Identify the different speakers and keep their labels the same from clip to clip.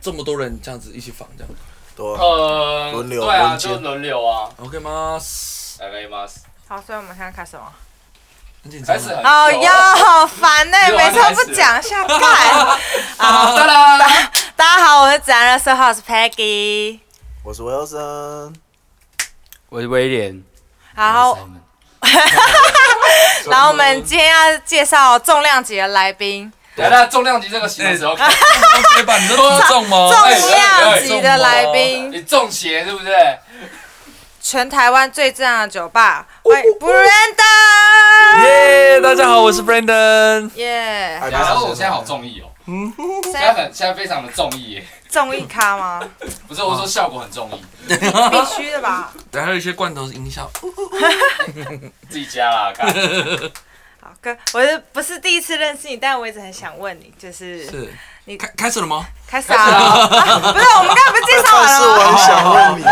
Speaker 1: 这么多人这样子一起访这样
Speaker 2: 对啊，
Speaker 3: 呃，
Speaker 2: 轮流
Speaker 3: 对啊，
Speaker 2: 轮
Speaker 3: 就
Speaker 2: 奸
Speaker 3: 轮流啊。
Speaker 1: ，OK 吗？
Speaker 3: 来吧，
Speaker 4: 好，所以我们现在开始吗？
Speaker 1: 很紧张
Speaker 3: 开
Speaker 1: 啊，
Speaker 3: 始很
Speaker 4: 哦
Speaker 3: 久
Speaker 4: 哟，好烦呢、
Speaker 3: 又要
Speaker 4: 每次
Speaker 3: 开
Speaker 4: 都
Speaker 3: 始
Speaker 4: 不讲 下干。好，
Speaker 3: 哒啦，
Speaker 4: 大家好，我是自然热色号是 Peggy，
Speaker 2: 我是 Wilson，
Speaker 5: 我是威廉，
Speaker 4: 然后 然后我们今天要介绍重量级的来宾，
Speaker 3: 来啦，重量级这个形容词 OK，
Speaker 1: 对吧？你这多重吗？
Speaker 4: 重
Speaker 3: 哎
Speaker 4: 量级的来宾，
Speaker 3: 你中邪对不对？
Speaker 4: 全台湾最正的酒吧，欢迎 Brenda，
Speaker 1: 耶，哎大家好，我是 Brandon。
Speaker 4: 耶，
Speaker 2: 哎
Speaker 3: 然后我现在好，中意哦，现
Speaker 4: 现
Speaker 3: 在
Speaker 4: 在
Speaker 3: 很现在非常的中意耶，
Speaker 4: 综艺咖吗？
Speaker 3: 不是我说效果很中意，
Speaker 4: 必须的吧。
Speaker 1: 等下还有一些罐头音效，
Speaker 3: 自己加啦，看
Speaker 4: 好，哥，我是不是第一次认识你？但我一直很想问你，就是
Speaker 1: 是
Speaker 4: 你
Speaker 1: 开开始了吗？
Speaker 4: 开始啊，啊 不是我们刚才不是介绍
Speaker 2: 但
Speaker 4: 完
Speaker 2: 是
Speaker 4: 了
Speaker 2: 我
Speaker 4: 吗？
Speaker 2: 很想问你，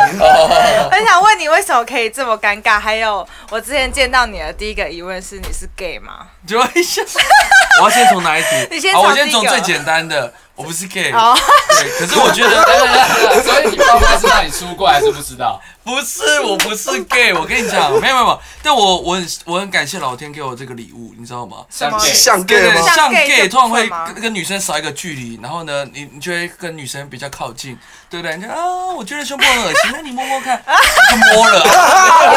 Speaker 4: 很想问你为什么可以这么尴尬？还有，我之前见到你的第一个疑问是你是 gay 吗？
Speaker 1: 就一下， 我要先从哪一题？
Speaker 4: 你先
Speaker 1: 好，我
Speaker 4: 从
Speaker 1: 先
Speaker 4: 第一
Speaker 1: 从
Speaker 4: 个
Speaker 1: 最简单的，我不是 gay，
Speaker 4: 哦，
Speaker 1: 对，可是我觉 得
Speaker 3: 等等等等，所以你爸妈知道你出柜还是不知道？
Speaker 1: 不是，我不是 gay，我跟你讲，没有没有没有，但我我很我很感谢老天给我这个礼物，你知道吗？
Speaker 3: 像
Speaker 4: 么
Speaker 3: gay
Speaker 2: 像 gay
Speaker 1: 对
Speaker 2: 吗？
Speaker 1: 像
Speaker 4: 像 gay 就
Speaker 1: gay
Speaker 4: 不
Speaker 1: 通常会
Speaker 4: 会吗
Speaker 1: 跟跟女生少一个距离，然后呢，你你就会跟女生比较靠近，对不对？你就啊，我觉得胸部很恶心，那你摸摸看， 就摸了。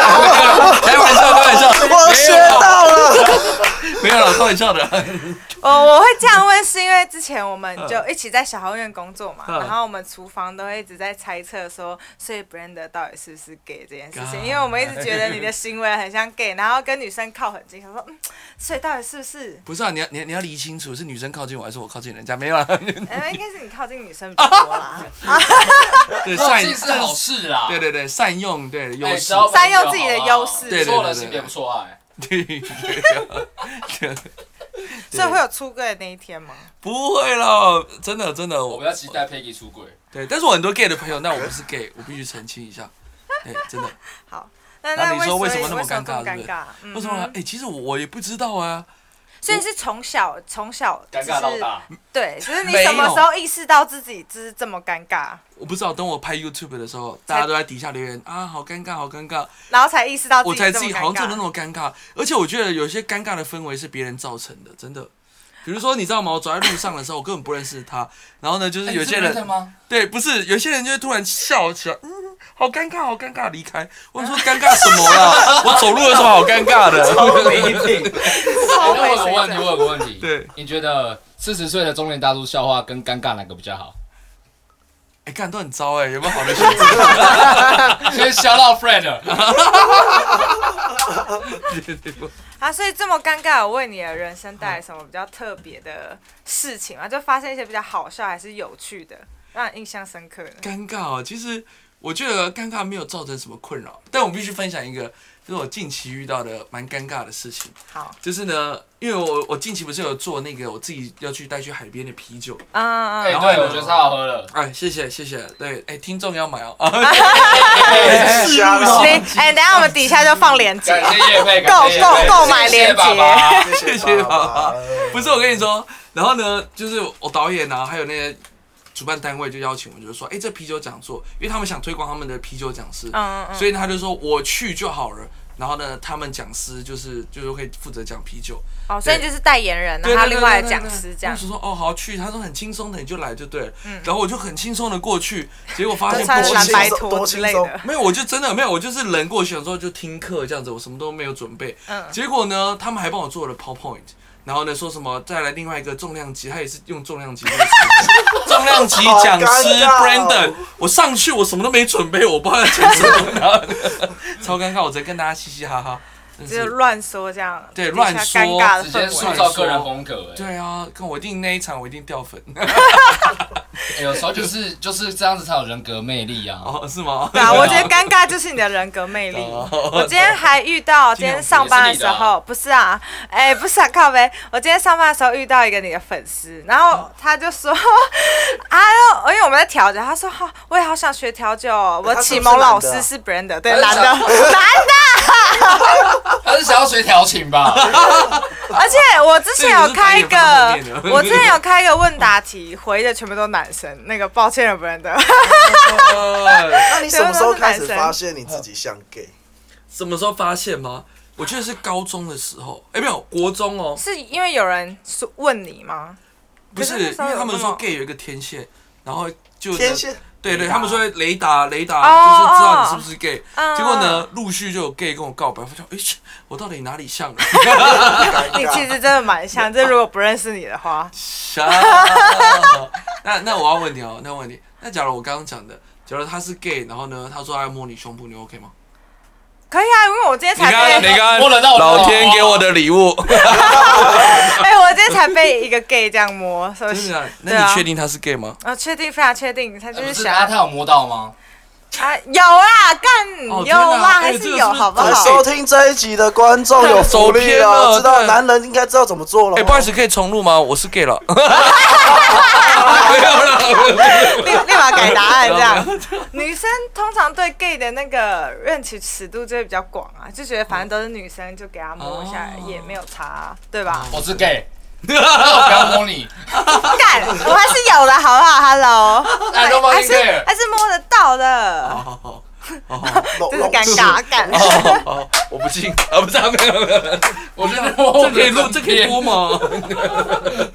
Speaker 1: 开玩笑，开玩笑，
Speaker 2: 我学到了，
Speaker 3: 啊
Speaker 1: 没有啦，没有了， 开玩笑的。
Speaker 4: 我哦我会这样问是因为之前我们就一起在小豪院工作嘛，
Speaker 1: 嗯
Speaker 4: 然后我们厨房都会一直在猜测说，所以 Brenda 到底是不是 gay 这件事情，
Speaker 1: God
Speaker 4: 因为我们一直觉得你的行为很像 gay，然后跟女生靠很近，想说，嗯，所以到底是不是？
Speaker 1: 不是啊，你要你要你要理清楚，是女生靠近我还是我靠近人家？没有啊 啦。
Speaker 4: 呃，应该是你靠近女生比较多 啦。
Speaker 1: 对，
Speaker 3: 靠
Speaker 1: 善
Speaker 3: 近是好事啦，
Speaker 1: 对对对，善用对优
Speaker 3: 哎
Speaker 1: 势
Speaker 3: 只。要
Speaker 4: 善用自己的优势
Speaker 1: 对对对
Speaker 3: 错了性别不错爱，
Speaker 1: 对对对，
Speaker 4: 所以会有出柜的那一天吗？
Speaker 1: 不会啦，真的真的，
Speaker 3: 我们要期待 Peggy 出柜。
Speaker 1: 对，但是我很多 gay 的朋友，但我不是 gay，我必须澄清一下。对，真 的。
Speaker 4: 嗯那
Speaker 1: 那
Speaker 4: 那
Speaker 1: 你说为
Speaker 4: 为
Speaker 1: 什么
Speaker 4: 所以
Speaker 1: 那么
Speaker 4: 为什
Speaker 1: 尴尬对
Speaker 4: 这么
Speaker 1: 不
Speaker 4: 尴
Speaker 1: 对
Speaker 4: 尬？嗯
Speaker 1: 为什么啊？哎、其实我我也不知道啊。
Speaker 4: 所以是从小从小就
Speaker 3: 尴
Speaker 4: 是
Speaker 3: 尬到大，
Speaker 4: 对，就是你
Speaker 1: 没
Speaker 4: 什么
Speaker 1: 有
Speaker 4: 时候意识到自己就是这么尴尬，
Speaker 1: 我不知道，等我拍 YouTube 的时候，大家都在底下留言啊，好尴尬，好尴尬，
Speaker 4: 然后才意识到哦自
Speaker 1: 我
Speaker 4: 己
Speaker 1: 才
Speaker 4: 这
Speaker 1: 自
Speaker 4: 么
Speaker 1: 己好像真
Speaker 4: 尴
Speaker 1: 的那
Speaker 4: 尬？
Speaker 1: 么尴尬。而且我觉得有些尴尬的氛围是别人造成的，真的。比如说，你知道吗？我走在路上的时候，我根本不认识他，然后呢，就是有些
Speaker 3: 哎你是
Speaker 1: 人
Speaker 3: Brenda 吗？
Speaker 1: 对，不是有些人就会突然笑起来，嗯，好尴尬，好尴尬，离开。我说尴尬什么啦？我走路的时候好尴尬的。
Speaker 4: 超
Speaker 3: 哎那我有
Speaker 4: 没
Speaker 3: 个
Speaker 4: 水
Speaker 3: 问题，
Speaker 4: 准
Speaker 3: 我有个问题，
Speaker 1: 对，
Speaker 3: 你觉得四十岁的中年大叔笑话跟尴尬哪个比较好？
Speaker 1: 哎，干都很糟哎，有没有好的选择？
Speaker 3: 先笑到 Fred，
Speaker 4: 啊！所以这么尴尬，我为你的人生带来什么比较特别的事情吗？就发生一些比较好笑还是有趣的，让你印象深刻的？
Speaker 1: 尴尬啊，其实我觉得尴尬没有造成什么困扰，但我必须分享一个，就是我近期遇到的蛮尴尬的事情，
Speaker 4: 好，
Speaker 1: 就是呢，因为我我近期不是有做那个我自己要去带去海边的啤酒，
Speaker 4: 嗯
Speaker 3: 哎，
Speaker 4: 嗯，嗯
Speaker 3: 对，我觉得超好喝了。
Speaker 1: 哎，谢谢谢谢，对，哎，听众要买哦，啊，
Speaker 2: 瞎了，
Speaker 4: 你哎，等一下我们底下就放链接，
Speaker 3: 感谢叶佩，
Speaker 4: 购
Speaker 3: 感谢业配
Speaker 4: 购购买链
Speaker 3: 谢谢
Speaker 4: 接
Speaker 3: 爸爸
Speaker 2: 谢
Speaker 1: 谢爸爸
Speaker 2: 爸，
Speaker 1: 不是我跟你说，然后呢，就是我导演啊，还有那些。主办单位就邀请我，就是说，哎、这啤酒讲座，因为他们想推广他们的啤酒讲师，
Speaker 4: 嗯嗯嗯，
Speaker 1: 所以他就说我去就好了。然后呢，他们讲师就是就是会负责讲啤酒，
Speaker 4: 哦，所以你就是代言人，然后
Speaker 1: 对
Speaker 4: 他
Speaker 1: 对对
Speaker 4: 另外的
Speaker 1: 对对
Speaker 4: 讲
Speaker 1: 对
Speaker 4: 师这样嗯
Speaker 1: 我，就说哦好去，他说很轻松的你就来就对了。然后我就很轻松的过去，结果发
Speaker 4: 就
Speaker 1: 现
Speaker 4: 穿
Speaker 1: 不
Speaker 2: 多
Speaker 4: 蓝
Speaker 2: 轻
Speaker 4: 白
Speaker 2: 松
Speaker 4: 拖
Speaker 2: 多
Speaker 4: 之
Speaker 2: 轻
Speaker 4: 类
Speaker 2: 松
Speaker 4: 的，
Speaker 1: 没有，我就真的没有，我就是人过去的时候就听课这样子，我什么都没有准备。
Speaker 4: 嗯
Speaker 1: 结果呢，他们还帮我做了 PowerPoint，然后呢说什么再来另外一个重量级，他也是 用重量级那个词，重量级讲
Speaker 2: 好
Speaker 1: 师
Speaker 2: 尴尬哦
Speaker 1: Brandon，我上去我什么都没准备，我不知道要讲什么， 然后呢超尴尬，我直接跟大家嘻嘻哈哈，真
Speaker 4: 就是
Speaker 1: 是
Speaker 4: 乱说这样，
Speaker 1: 对
Speaker 4: 底下
Speaker 1: 乱说
Speaker 4: 尴尬的
Speaker 3: 直接塑
Speaker 4: 氛围。
Speaker 3: 造个人风格，哎，
Speaker 1: 对啊，跟我一定那一场我一定掉 粉
Speaker 3: 哎有时候就是就是这样子才有人格魅力啊。
Speaker 1: 哦，是吗？哦
Speaker 4: 对啊，我觉得尴尬就是你的人格魅力。
Speaker 1: 啊
Speaker 4: 我今天还遇到，今天上班的时候，不是啊，哎、不是啊，靠呗。我今天上班的时候遇到一个你的粉丝，然后他就说，啊，因为我们们在调酒，他说好，我也好想学调酒哦。我
Speaker 2: 他是不
Speaker 4: 启
Speaker 2: 是
Speaker 4: 蒙
Speaker 2: 男
Speaker 4: 老
Speaker 2: 的
Speaker 4: 师
Speaker 2: 啊
Speaker 4: 是 Brand，对，
Speaker 3: 他是
Speaker 4: 男的，
Speaker 3: 想
Speaker 4: 男
Speaker 3: 他是想要学调情吧？
Speaker 4: 哦而且我之前有开一个
Speaker 1: 这个就是白眼翻后面，的
Speaker 4: 我之前有开一个问答题，回的全部都男生。那个抱歉了，不认得。
Speaker 2: 那你什么时候开始发现你自己像 gay？
Speaker 1: 什么时候发现吗？我记得是高中的时候，哎、没有，国中哦，
Speaker 4: 是因为有人说问你吗？
Speaker 1: 不是，
Speaker 4: 可是那
Speaker 1: 因
Speaker 4: 时候
Speaker 1: 为他们
Speaker 4: 有
Speaker 1: 说
Speaker 4: 那种
Speaker 1: gay 有一个天线，然后就
Speaker 2: 天蝎，
Speaker 1: 对对，他们说雷达雷达
Speaker 4: 哦
Speaker 1: 就是知道你是不是 gay，、
Speaker 4: 嗯
Speaker 1: 结果呢，陆续就有 gay 跟我告白，我发现哎、切我到底哪里像了？
Speaker 2: 尴
Speaker 4: 你其实
Speaker 2: 尬。
Speaker 4: 真的蛮像，这如果不认识你的话，
Speaker 1: 傻。那那我要问你哦，那我问你，那假如我刚刚讲的，假如他是 gay，然后呢，他说他要摸你胸部，你 OK 吗？
Speaker 4: 可以啊，因为我今天才被，
Speaker 5: 看
Speaker 3: 哎摸得到
Speaker 5: 老天给我的礼物，
Speaker 4: 哦 哎，我今天才被一个 gay 这样摸，所
Speaker 1: 真
Speaker 4: 以
Speaker 1: 的啊？
Speaker 4: 对
Speaker 1: 那
Speaker 4: 啊
Speaker 1: 你确定他是 gay 吗？
Speaker 4: 啊，确定非常确定，他就
Speaker 3: 哎不
Speaker 4: 是
Speaker 3: 是
Speaker 4: 想
Speaker 3: 他，他有摸到吗？
Speaker 4: 啊，有啦，干
Speaker 1: 哦
Speaker 4: 有
Speaker 1: 天哪
Speaker 4: 啦，
Speaker 1: 哎
Speaker 4: 还
Speaker 1: 这
Speaker 4: 是
Speaker 1: 个
Speaker 4: 有，
Speaker 1: 是不是
Speaker 4: 好不
Speaker 1: 太
Speaker 4: 好？
Speaker 2: 收听这一集的观众有福利哦，知道男人应该知道怎么做
Speaker 4: 哦
Speaker 2: 了。
Speaker 1: 哎、不好意思，可以重录吗？我是 gay 了。 没有啦没有啦
Speaker 4: 立立马改答案这样
Speaker 1: 没。
Speaker 4: 女生通常对 gay 的那个认识尺度就会比较广啊，就觉得反正都是女生，就给她摸一下、
Speaker 1: 哦
Speaker 4: 也没有差啊、对吧？
Speaker 3: 我是 gay，那 我不要摸你。
Speaker 4: 干、我还是有的，好不好？Hello，
Speaker 3: I don't
Speaker 4: 还是
Speaker 3: care
Speaker 4: 还是摸得到的，
Speaker 1: 好好
Speaker 2: 老
Speaker 4: 真是尴尬，干。
Speaker 1: 好好，哦我不信 啊，不是啊，没有没有，没有
Speaker 3: 我
Speaker 4: 哎
Speaker 3: 觉得我
Speaker 1: 这可以录，哦这可以播吗？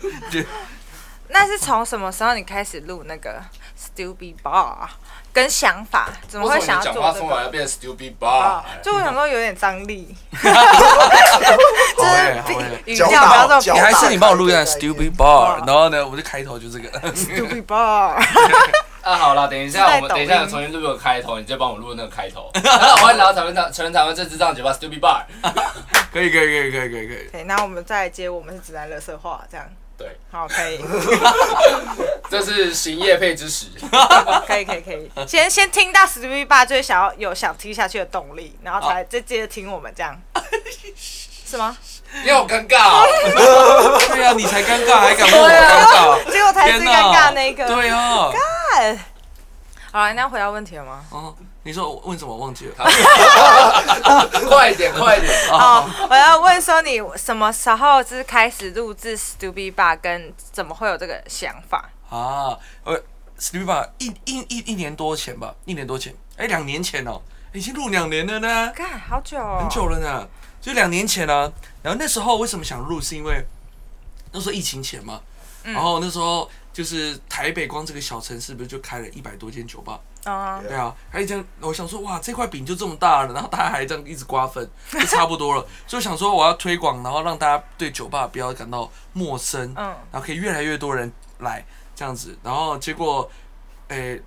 Speaker 4: 那是从什么时候你开始录那个 Stupid Bar？跟想法怎么
Speaker 3: 为
Speaker 4: 会
Speaker 3: 什么
Speaker 4: 想
Speaker 3: 你
Speaker 4: 要
Speaker 3: 讲
Speaker 4: 做
Speaker 3: 话
Speaker 4: 这
Speaker 3: 说完要
Speaker 4: 个？
Speaker 3: 变 stupid
Speaker 4: 啊
Speaker 3: bar？，
Speaker 4: 就我想说有点张力，
Speaker 1: 好哎，好
Speaker 4: 就是
Speaker 1: 哎。
Speaker 4: 语调不要这么
Speaker 2: 脚
Speaker 1: 你
Speaker 2: 大
Speaker 1: 还是你帮我录一段
Speaker 2: 脚大
Speaker 1: Stupid Bar，然后呢，我就开头就这个。
Speaker 4: Stupid Bar。
Speaker 3: 啊，好啦，等一下，
Speaker 4: 是在
Speaker 3: 我们
Speaker 4: 抖
Speaker 3: 等一下
Speaker 4: 音
Speaker 3: 重新录个开头，你再帮我录那个开头。那我会聊台湾台承认台湾政治这样酒吧 stupid bar。
Speaker 1: 可以可以可以可以可以可以。
Speaker 4: 对，那我们再来接我们是直男乐色话这样。
Speaker 3: 对，
Speaker 4: 好，可以，
Speaker 3: 这是行业配之时，
Speaker 4: 可以，可以，可以。先先听到 Stupid Bar 就是想要有想听下去的动力，然后才再接着听我们这样，是吗？
Speaker 3: 你好尴尬哦。
Speaker 1: 对啊，你才尴尬，还敢 问我啊尴尬？
Speaker 4: 结果才是
Speaker 1: 天哪
Speaker 4: 尴尬那一个。
Speaker 1: 对啊，
Speaker 4: 干好了，那回答问题了吗？
Speaker 1: 哦，你说我问什么忘记了？
Speaker 3: 快一点，快一点。
Speaker 1: 啊
Speaker 4: 哦，我要问说你什么时候是开始录制 Stupid Bar，跟怎么会有这个想法？
Speaker 1: 啊，呃 s t e v e 一一一一年多前吧，一年多前，哎、两年前哦、已经录两年了呢，
Speaker 4: 干，好久、哦，
Speaker 1: 很久了呢，就两年前啊。然后那时候为什么想录，是因为那时候疫情前嘛，
Speaker 4: 嗯
Speaker 1: 然后那时候就是台北光这个小城市不是就开了一百多间酒吧，
Speaker 4: 嗯，
Speaker 1: 对啊，还有这样，我想说，哇，这块饼就这么大了，然后大家还这样一直瓜分，就差不多了。所以我想说，我要推广，然后让大家对酒吧不要感到陌生，
Speaker 4: 嗯
Speaker 1: 然后可以越来越多人来这样子。然后结果，诶、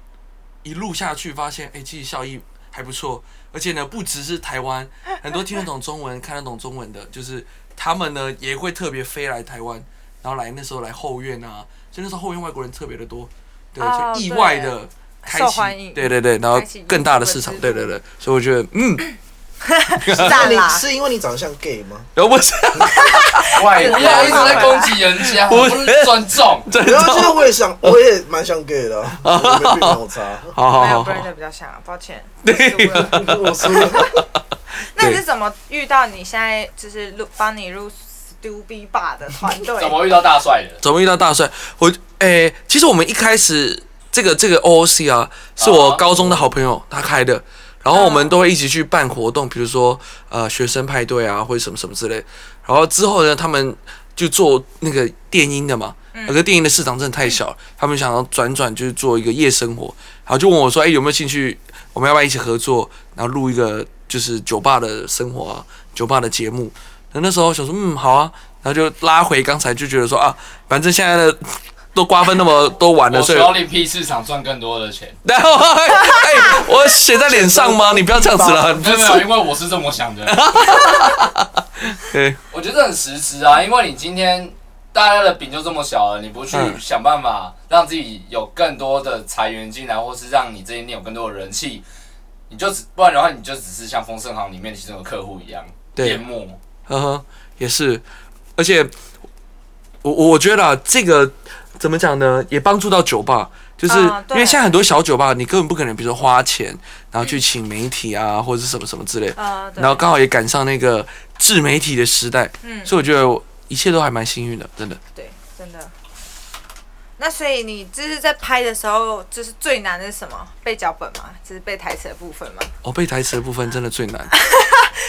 Speaker 1: 一路下去发现，诶、其实效益还不错，而且呢，不只是台湾，很多听得懂中文、看得懂中文的，就是他们呢也会特别飞来台湾，然后来那时候来后院啊，所以那时候后院外国人特别的多，对，
Speaker 4: 哦
Speaker 1: 就意外
Speaker 4: 对
Speaker 1: 的。开
Speaker 4: 受
Speaker 1: 启
Speaker 4: 欢迎
Speaker 1: 对对对，然后
Speaker 4: 开启
Speaker 1: 更大的市场
Speaker 4: 一，
Speaker 1: 对
Speaker 4: 个
Speaker 1: 对对，所以我觉得，嗯，
Speaker 4: 赞啦！
Speaker 2: 是因为你长得像 gay 吗？
Speaker 1: 然后不是，
Speaker 3: 你不要一直在攻击人家，
Speaker 1: 我
Speaker 3: 不是尊重。
Speaker 2: 然后现在我也想，我也蛮像 gay 的啊，我没没有差。
Speaker 1: 好
Speaker 4: 没有
Speaker 1: 好好
Speaker 4: b r
Speaker 1: 好
Speaker 4: a，比较像，抱歉。输了
Speaker 2: 我是
Speaker 4: 那你是怎么遇到你现在就是入帮你入 Stupid Bar 的团 队？
Speaker 3: 怎么遇到大帅的？
Speaker 1: 怎么遇到大帅？我，诶、其实我们一开始这个这个 OOC 啊，是我
Speaker 3: 啊
Speaker 1: 高中的好朋友他开的，然后我们都会一起去办活动，比如说呃学生派对啊，或者什么什么之类。然后之后呢，他们就做那个电音的嘛，那个电音的市场真的太小了，他们想要转转就是做一个夜生活，然后就问我说，哎、有没有兴趣？我们要不要一起合作，然后录一个就是酒吧的生活啊，酒吧的节目？那那时候想说，嗯，好啊，然后就拉回刚才就觉得说啊，反正现在的 都瓜分那么多晚了，
Speaker 3: 我
Speaker 1: 所
Speaker 3: 去
Speaker 1: 以
Speaker 3: 奥林匹市场赚更多的钱。
Speaker 1: 然后哎，我写在脸上吗？你不要这样子了，
Speaker 3: 没有没有，因为我是这么想的。
Speaker 1: 对
Speaker 3: 我觉得很实质啊，因为你今天大家的饼就这么小了，你不去
Speaker 1: 嗯
Speaker 3: 想办法让自己有更多的财源进来，或是让你这一店有更多的人气，你就只不然的话，你就只是像丰盛行里面的其中的客户一样
Speaker 1: 对
Speaker 3: 淹，没。
Speaker 1: 呵呵，也是，而且我我我觉得啊，这个怎么讲呢？也帮助到酒吧，就是
Speaker 4: 嗯
Speaker 1: 因
Speaker 4: 对
Speaker 1: 为现在很多小酒吧，你根本不可能，比如说花钱，然后去请媒体啊，或者是什么什么之类。
Speaker 4: 呃，嗯对
Speaker 1: 然后刚好也赶上那个自媒体的时代，
Speaker 4: 嗯
Speaker 1: 所以我觉得我一切都还蛮幸运的，真的。
Speaker 4: 对，真的。那所以你就是在拍的时候，就是最难的是什么？背脚本吗？就是背台词的部分吗？
Speaker 1: 哦，背台词的部分真的最难，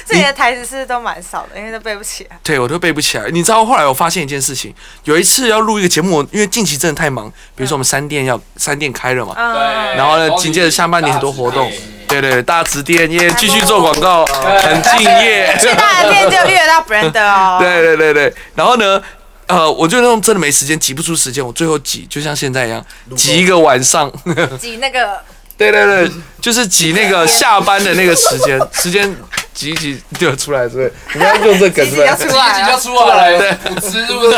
Speaker 4: 这里的台词是不是都蛮少的，因为都背不起来。
Speaker 1: 对我都背不起来。你知道后来我发现一件事情，有一次要录一个节目，因为近期真的太忙，比如说我们三店要三店开了嘛，
Speaker 4: 嗯，哎
Speaker 1: 然后呢，紧接着下半年很多活动
Speaker 3: 大直店，
Speaker 1: 对对对，大直店耶，继续做广告，很敬业。
Speaker 4: 最哎大的店就遇得到 Brand 哦。
Speaker 1: 对对对对，然后呢，呃，我就那种真的没时间，挤不出时间，我最后挤，就像现在一样，挤一个晚上。
Speaker 4: 挤那个
Speaker 1: 对对对，就是挤那个下班的那个时间，时间挤一挤就出来之类。你们要用这梗
Speaker 4: 挤
Speaker 1: 是不
Speaker 4: 挤
Speaker 1: 是
Speaker 4: 要？出
Speaker 3: 第一集
Speaker 4: 来啊
Speaker 3: 就
Speaker 4: 了。
Speaker 3: 出来了，不吃是不是？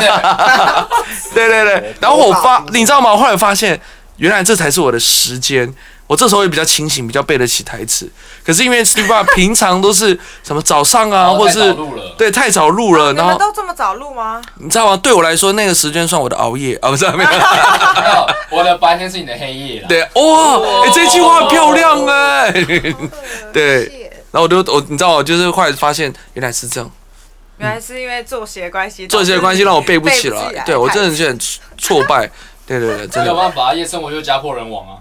Speaker 1: 对对对，然后我发，你知道吗？我后来发现，原来这才是我的时间。我这时候也比较清醒，比较背得起台词。可是因为 Steve 爸平常都是什么早上啊，或
Speaker 3: 太
Speaker 1: 是
Speaker 3: 早录了
Speaker 1: 对太早录了，
Speaker 4: 哦你
Speaker 1: 然
Speaker 4: 们
Speaker 1: 后
Speaker 4: 都这么早录吗？
Speaker 1: 你知道吗？对我来说，那个时间算我的熬夜啊，不是没有。
Speaker 3: 没有我的白天是你的黑夜啦。
Speaker 1: 对，哇，哎，这句话漂亮哎。 对，然后我就我你知道，我就是后来发现原来是这样。
Speaker 4: 原来是因为作息的关系，
Speaker 1: 做一些关系让我背不起
Speaker 4: 哦
Speaker 1: 来，对我真的
Speaker 4: 是
Speaker 1: 是很挫败。对对对，真
Speaker 3: 没有啊
Speaker 1: 的。
Speaker 3: 办法，夜生活就家破人亡啊。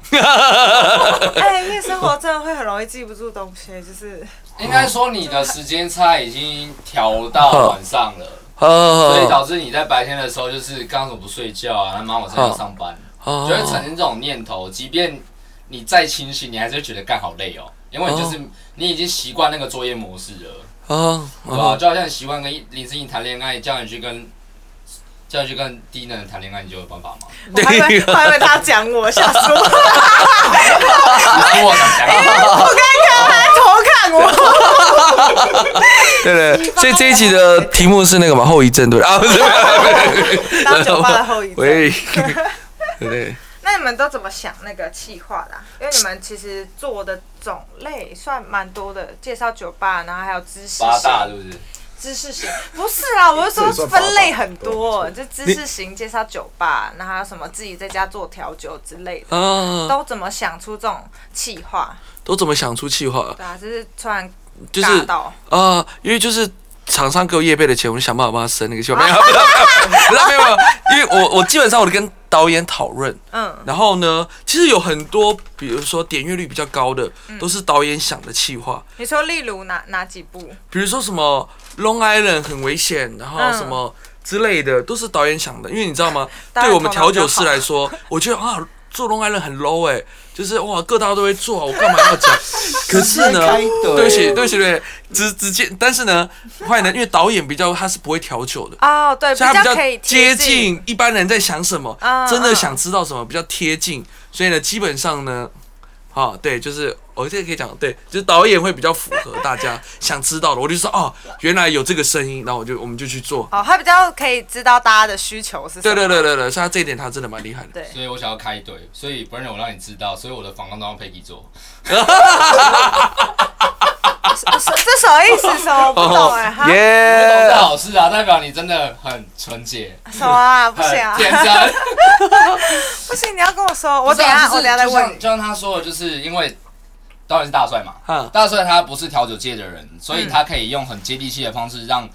Speaker 4: 哎，夜生活真的会很容易记不住东西， 就是
Speaker 3: 应该说你的时间差已经调到晚上了，所以
Speaker 1: 呃，
Speaker 3: 导致你在白天的时候就是刚怎么不睡觉啊，然后妈晚上要上班，
Speaker 1: 哦
Speaker 3: 就会产生这种念头。即便你再清醒，你还是会觉得干好累哦，因为你就是你已经习惯那个作业模式了，
Speaker 1: 啊
Speaker 3: 对吧？
Speaker 1: 啊，
Speaker 3: 就好像你习惯跟林志颖谈恋爱，叫你去跟叫你去跟低能人谈恋爱，你就有办法吗？
Speaker 4: 我还以为我还以为他讲我，吓死我！
Speaker 3: 我想想，
Speaker 4: 我刚刚还偷看我，
Speaker 1: 对对，所以这一集的题目是那个嘛后遗症对啊，不是，
Speaker 4: 当酒吧的后遗症。
Speaker 1: 喂，对对，
Speaker 4: 那你们都怎么想那个企划的啊、因为你们其实做的种类算蛮多的，介绍酒吧，然后还有知识
Speaker 3: 八大是
Speaker 4: 型、
Speaker 3: 不是？
Speaker 4: 知识型，不是啦，我是
Speaker 2: 这也
Speaker 4: 说
Speaker 2: 算八大
Speaker 4: 分类很多，
Speaker 2: 对
Speaker 4: 就知识型介绍酒吧，然后还有什么自己在家做调酒之类的，
Speaker 1: 啊，
Speaker 4: 都怎么想出这种企划？
Speaker 1: 都怎么想出气话？
Speaker 4: 对啊，就是突然
Speaker 1: 就是
Speaker 4: 尬到，
Speaker 1: 啊，因为就是厂商给我业配的钱，我就想办法帮他生那个气话。没有没有没有没有，因为我我基本上我都跟导演讨论，
Speaker 4: 嗯，
Speaker 1: 然后呢，其实有很多，比如说点阅率比较高的，都是导演想的气话。
Speaker 4: 你说例如哪哪几部？
Speaker 1: 比如说什么 Long Island 很危险，然后
Speaker 4: 嗯
Speaker 1: 什么之类的，都是导演想的。因为你知道 吗？
Speaker 4: 导演
Speaker 1: 对我们
Speaker 4: 头脑
Speaker 1: 调
Speaker 4: 比较
Speaker 1: 酒师来说， 我觉得啊，做 Long Island 很 low 哎、就是哇，各大都会做，我干嘛要 讲？可是呢，
Speaker 2: 开的
Speaker 1: 对不起，对不起，对不起，直直接，但是呢，后来呢，因为导演比较他是不会调酒的。
Speaker 4: 哦，对，比
Speaker 1: 所以他比
Speaker 4: 较可以
Speaker 1: 较接
Speaker 4: 贴
Speaker 1: 近一般人在想什么，
Speaker 4: 嗯
Speaker 1: 真的
Speaker 4: 嗯
Speaker 1: 想知道什么，比较贴近。所以呢，基本上呢，啊，对，就是我这个可以讲，对，就是导演会比较符合大 家想知道的。我就说哦，原来有这个声音，然后我就我们就去做。
Speaker 4: 哦，他比较可以知道大家的需求是什
Speaker 1: 对
Speaker 4: 么。
Speaker 1: 对对对对，所以他这一点他真的蛮厉害的。
Speaker 4: 对
Speaker 3: 所以我想要开一堆，所以不然我让你知道，所以我的房东都让 Peggy 做。
Speaker 4: 这这什么意思？什么我不懂哎、
Speaker 1: 哦
Speaker 4: 哈
Speaker 3: 这是
Speaker 1: 耶，
Speaker 3: 好事啊，代表你真的很纯洁，
Speaker 4: 什么啊？不
Speaker 3: 很
Speaker 4: 行啊，
Speaker 3: 天
Speaker 1: 哎
Speaker 3: 真。
Speaker 4: 不行！你要跟我说， 我
Speaker 3: 不是
Speaker 4: 等一
Speaker 3: 啊
Speaker 4: 下
Speaker 3: 就是
Speaker 4: 我等一下再
Speaker 3: 就像
Speaker 4: 问你。
Speaker 3: 就像他说的，就是因为导演是大帅嘛
Speaker 1: 嗯，
Speaker 3: 大帅他不是调酒界的人，所以他可以用很接地气的方式让。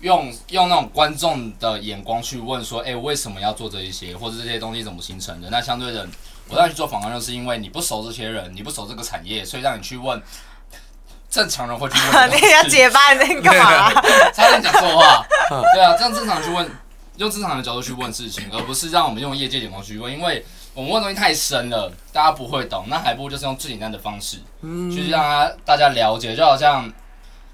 Speaker 3: 用用那种观众的眼光去问说，哎、为什么要做这一些，或者这些东西怎么形成的？那相对的，我让你去做访谈，就是因为你不熟这些人，你不熟这个产业，所以让你去问正常人会去问的东西。
Speaker 4: 你要结巴，你 在干嘛、
Speaker 1: 啊
Speaker 3: 差点讲错话。对啊，这样正常去问，用正常的角度去问事情，而不是让我们用业界眼光去问，因为我们问东西太深了，大家不会懂，那还不如就是用最简单的方式，
Speaker 1: 嗯
Speaker 4: 嗯
Speaker 3: 就是让大家大家了解，就好像。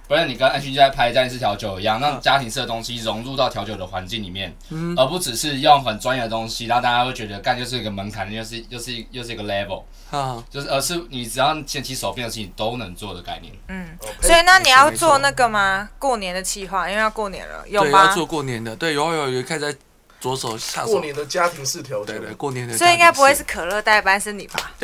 Speaker 3: 不是你跟安勋在拍《战士调酒》一样，
Speaker 4: 嗯
Speaker 3: 让家庭式的东西融入到调酒的环境里面，而不只是用很专业的东西，让大家会觉得干就是一个门槛，又是又是又是一个 level，
Speaker 1: 啊，
Speaker 3: 就是而是你只要捡起手边的事情都能做的概念。
Speaker 4: 嗯，
Speaker 2: OK
Speaker 4: 所以那你要做那个吗？过年的计划，因为要过年了，有
Speaker 1: 对，
Speaker 4: 吗
Speaker 1: 要？做过年的，对，有有有，开始在左手下
Speaker 2: 过
Speaker 1: 手。
Speaker 2: 年的家庭式调酒
Speaker 1: 对，对，过年的家庭式。
Speaker 4: 所以应该不会是可乐代班，是你吧？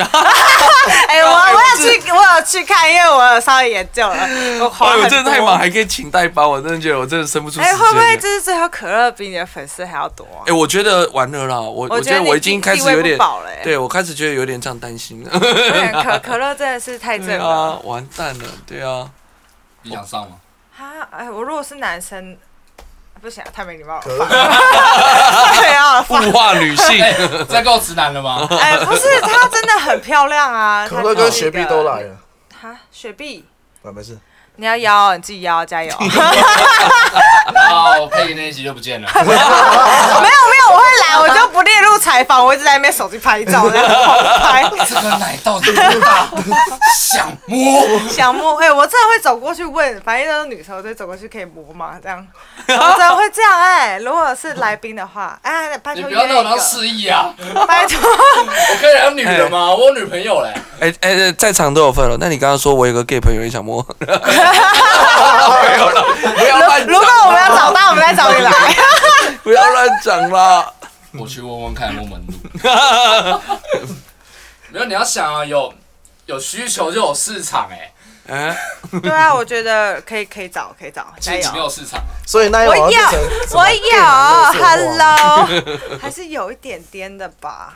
Speaker 4: 哎、我我有去，我有去看，因为我有稍微研究了。我花
Speaker 1: 哇，哎我
Speaker 4: 很
Speaker 1: 真的太
Speaker 4: 多
Speaker 1: 忙，还可以请代班，我真的觉得我真的生不出时
Speaker 4: 哎、
Speaker 1: 间。
Speaker 4: 会不会这是最后可乐比你的粉丝还要多啊、
Speaker 1: 哎、我觉得完了啦，我
Speaker 4: 我
Speaker 1: 我
Speaker 4: 觉得
Speaker 1: 得
Speaker 4: 你
Speaker 1: 我已经开始
Speaker 4: 地位
Speaker 1: 有
Speaker 4: 不
Speaker 1: 点，
Speaker 4: 保了欸
Speaker 1: 对我开始觉得有点这样担心了。
Speaker 4: 对可可乐真的是太正
Speaker 1: 对
Speaker 4: 了
Speaker 1: 啊，完蛋了，对 啊，
Speaker 3: 你想上吗？
Speaker 4: 啊！哎、我如果是男生，不行、啊，太没礼貌
Speaker 2: 可
Speaker 4: 了，
Speaker 2: 乐代
Speaker 4: 对啊，放
Speaker 1: 物 化女性，
Speaker 3: 哎，这够直男了吗？
Speaker 4: 哎、不是，她真的很漂亮 啊！
Speaker 2: 可乐跟雪碧都来了，
Speaker 4: 哈，她雪碧，
Speaker 2: 啊，没事，
Speaker 4: 你要邀，你自己 邀，加油！没有没
Speaker 3: 哦，佩仪那一集就不 见了。
Speaker 4: 有，我会来，我就不列入采访，我一直在那边手机拍照，然后狂拍。
Speaker 3: 这个奶到底多大？ 想摸？
Speaker 4: 想摸，哎、我真的会走过去问，反正都是女生，我就会走过去可以摸嘛，这样， 我真的会这样哎、如果是来宾的话，哎、拜
Speaker 3: 你
Speaker 4: 托
Speaker 3: 不
Speaker 4: 约
Speaker 3: 要
Speaker 4: 一
Speaker 3: 让我当
Speaker 4: 个，
Speaker 3: 示意啊！
Speaker 4: 拜托，
Speaker 3: 我可以当女的吗？我有女朋 友嘞。
Speaker 1: 哎哎、哎在场都有份了。那你刚刚说我有个 gay 朋友也想摸，没 有了，不要乱
Speaker 4: 如果我们要找到，我们再找 你来。
Speaker 1: 不要乱讲啦。
Speaker 3: 我去问问看，摸门路。没有，你要想啊，有有需求就有市场哎，
Speaker 1: 哎、
Speaker 4: 对啊，我觉得可以，可以找，可以找，加
Speaker 3: 其实没
Speaker 4: 油。
Speaker 3: 有市场啊。
Speaker 2: 所以那一
Speaker 4: 我
Speaker 2: 晚
Speaker 4: 有
Speaker 2: 哎要变成，
Speaker 4: 我
Speaker 2: 变成
Speaker 4: 有
Speaker 2: 乐色化
Speaker 4: ，Hello，还是有一点点的吧。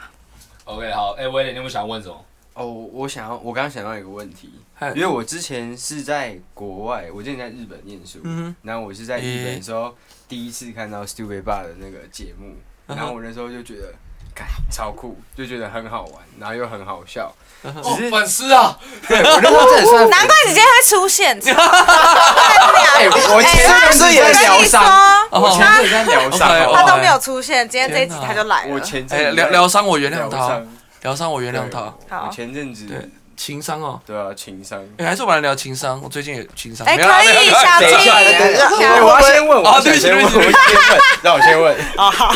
Speaker 3: OK，好，哎，威廉，你有没有想问什么？
Speaker 5: 哦，我想要，我刚刚想到一个问题，
Speaker 1: 嗨
Speaker 5: 因为我之前是在国外，我之前在日本念书，
Speaker 1: 嗯
Speaker 5: 然后我是在日本的时候第一次看到 Stupid Bar 的那个节目，
Speaker 1: 嗯哼
Speaker 5: 然后我那时候就觉得，看超酷，就觉得很好玩，然后又很好笑。
Speaker 1: 嗯
Speaker 3: 哦，粉丝啊，
Speaker 5: 对，我那时候真的哦算
Speaker 4: 哦难怪你今天会出现，哎真的
Speaker 5: 哎，我前阵子在疗伤，
Speaker 1: 哦
Speaker 5: 我前阵子在疗伤，
Speaker 1: OK，哦
Speaker 5: 好不
Speaker 4: 他
Speaker 5: 好
Speaker 4: 都没有出现，今天这一集他就来
Speaker 5: 我
Speaker 4: 了。
Speaker 5: 前
Speaker 1: 哎
Speaker 5: 阵子
Speaker 1: 疗疗伤我原
Speaker 5: 在
Speaker 1: 谅
Speaker 5: 疗
Speaker 1: 他，
Speaker 5: 伤，
Speaker 1: 疗伤我原谅他，
Speaker 5: 对
Speaker 4: 好
Speaker 5: 我前阵子
Speaker 1: 对情商哦。
Speaker 5: 对啊，情商。
Speaker 1: 哎、还是我们来聊情商，我最近也情商。
Speaker 4: 哎，
Speaker 1: 没有啦
Speaker 4: 可
Speaker 1: 没
Speaker 4: 以，
Speaker 1: 有啦
Speaker 4: 小
Speaker 5: 等一
Speaker 4: 静
Speaker 5: 下
Speaker 2: 等一下，
Speaker 4: 小
Speaker 5: 哎，我要先问，我
Speaker 1: 啊
Speaker 5: 要
Speaker 1: 对
Speaker 5: 先
Speaker 1: 不起
Speaker 5: 问，我
Speaker 1: 对不
Speaker 5: 先
Speaker 1: 起
Speaker 5: 问，让我先问。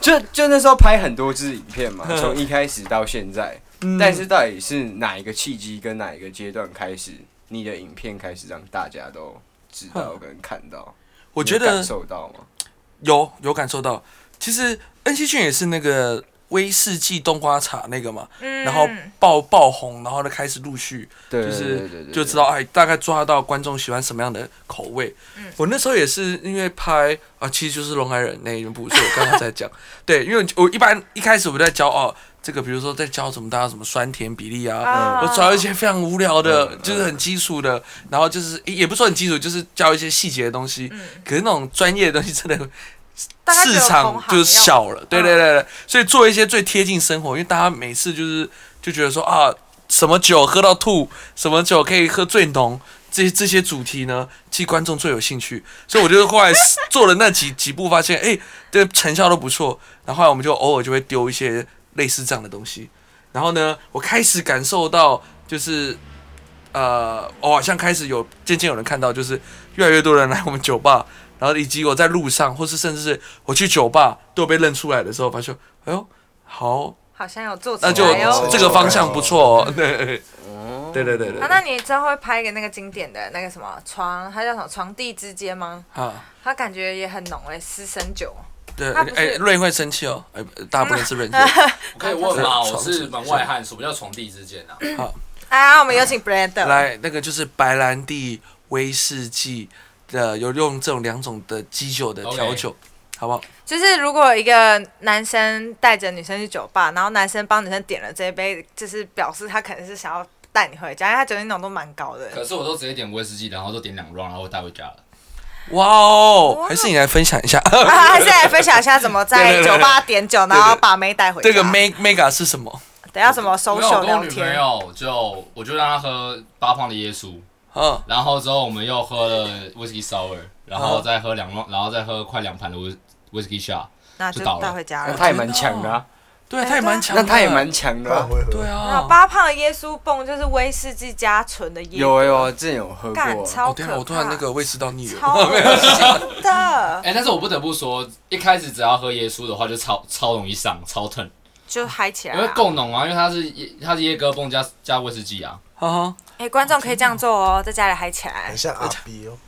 Speaker 5: 就就那时候拍很多支影片嘛，从一开始到现在，但是到底是哪一个契机跟哪一个阶段开始，你的影片开始让大家都知道跟看到？
Speaker 1: 我觉
Speaker 5: 你有
Speaker 1: 得
Speaker 5: 感受到吗？
Speaker 1: 有有感受到，其实恩熙俊也是那个威士忌冬瓜茶那个嘛，
Speaker 4: 嗯
Speaker 1: 然后爆爆红，然后呢开始陆续
Speaker 5: 对，
Speaker 1: 就
Speaker 5: 对对对
Speaker 1: 是
Speaker 5: 对
Speaker 1: 就知道哎，大概抓到观众喜欢什么样的口味。我那时候也是因为拍啊，其实就是《龙海人》那一部，所以我刚刚在讲， 对，因为我一般一开始我在教哦，这个比如说在教什么大家什么酸甜比例啊，
Speaker 4: 啊
Speaker 1: 我找一些非常无聊的
Speaker 5: 嗯，
Speaker 1: 就是很基础的，然后就是也也不说很基础，就是教一些细节的东西。可是那种专业的东西真的
Speaker 4: 嗯大概只有
Speaker 1: 市场
Speaker 4: 同行
Speaker 1: 就是小了，对对对对，所以做一些最贴近生活，因为大家每次就是就觉得说啊，什么酒喝到吐，什么酒可以喝最浓。这这些主题呢，其实观众最有兴趣，所以我就后来做了那几 几部，发现哎，这成效都不错。然后后来我们就偶尔就会丢一些类似这样的东西。然后呢，我开始感受到，就是呃，我好像开始有渐渐有人看到，就是越来越多人来我们酒吧，然后以及我在路上，或是甚至是我去酒吧都有被认出来的时候，发现哎呦，好，
Speaker 4: 好像有做起哎
Speaker 1: 那就
Speaker 4: 来哟。
Speaker 1: 这个方向不错
Speaker 5: 哎
Speaker 1: 哦。对对对对对
Speaker 4: 啊，那你之后会拍一个那个经典的那个什么床，它叫什么床地之间吗？
Speaker 1: 啊，
Speaker 4: 它感觉也很浓诶、哎私生酒。
Speaker 1: 对，
Speaker 4: 他不是
Speaker 1: 哎，瑞会生气哦，哎，大家不能吃人酒，
Speaker 3: 我可以问吗？
Speaker 1: 对
Speaker 3: 我是门外汉，什么叫床地之见啊？
Speaker 4: 啊，我们有请 Brand。
Speaker 1: 来，那个就是白兰地、威士忌的，有用这种两种的基酒的调酒，好不好？
Speaker 4: 就是如果一个男生带着女生去酒吧，然后男生帮女生点了这一杯，就是表示他可能是想要带你回家，因为他酒精浓度蛮高的。
Speaker 3: 可是我都直接点威士忌，然后都点两 round，然后我带回家了。
Speaker 1: 哇哦，还是你来分享一 下
Speaker 4: 啊，还是来分享一下怎么在
Speaker 1: 对对对
Speaker 4: 酒吧点酒，然后把妹带回家。
Speaker 1: 这个 mega mega 是什么？
Speaker 4: 等下怎么收
Speaker 3: 没有，我
Speaker 4: 手
Speaker 3: 跟
Speaker 4: 聊
Speaker 3: 我女朋
Speaker 4: 天？
Speaker 3: 友就我就让她喝八磅的耶稣，
Speaker 1: 嗯，
Speaker 3: 然后之后我们又喝了 whisky sour，然后再喝
Speaker 4: 哦
Speaker 3: 两然后再喝快两盘的 whis- whisky shot。
Speaker 4: 那就带回家
Speaker 5: 那
Speaker 4: 了。
Speaker 5: 他也蛮强的啊，
Speaker 4: 哎
Speaker 1: 对，他也蛮强的，
Speaker 5: 那他也蛮强的
Speaker 2: 半
Speaker 5: 啊。
Speaker 2: 回
Speaker 1: 对
Speaker 2: 合，
Speaker 4: 然
Speaker 1: 啊
Speaker 4: 后。八胖的耶稣泵就是威士忌加纯的耶，
Speaker 5: 有哎有，之前有喝过
Speaker 4: 干
Speaker 5: 啊，
Speaker 4: 超
Speaker 1: 哦，
Speaker 4: 可
Speaker 1: 对
Speaker 4: 怕，
Speaker 1: 啊，我突然那个胃食道逆流，
Speaker 4: 超恶心的，
Speaker 3: 哎、但是我不得不说，一开始只要喝耶稣的话，就超超容易上，超疼，
Speaker 4: 就嗨起来
Speaker 3: 因为
Speaker 4: 啊。
Speaker 3: 够浓啊，因为它是耶它是椰哥泵加加威士忌啊，
Speaker 1: 哈哈，
Speaker 4: 哎，观众可以这样做哦，在家里嗨起来
Speaker 2: 很。像阿 B 哦。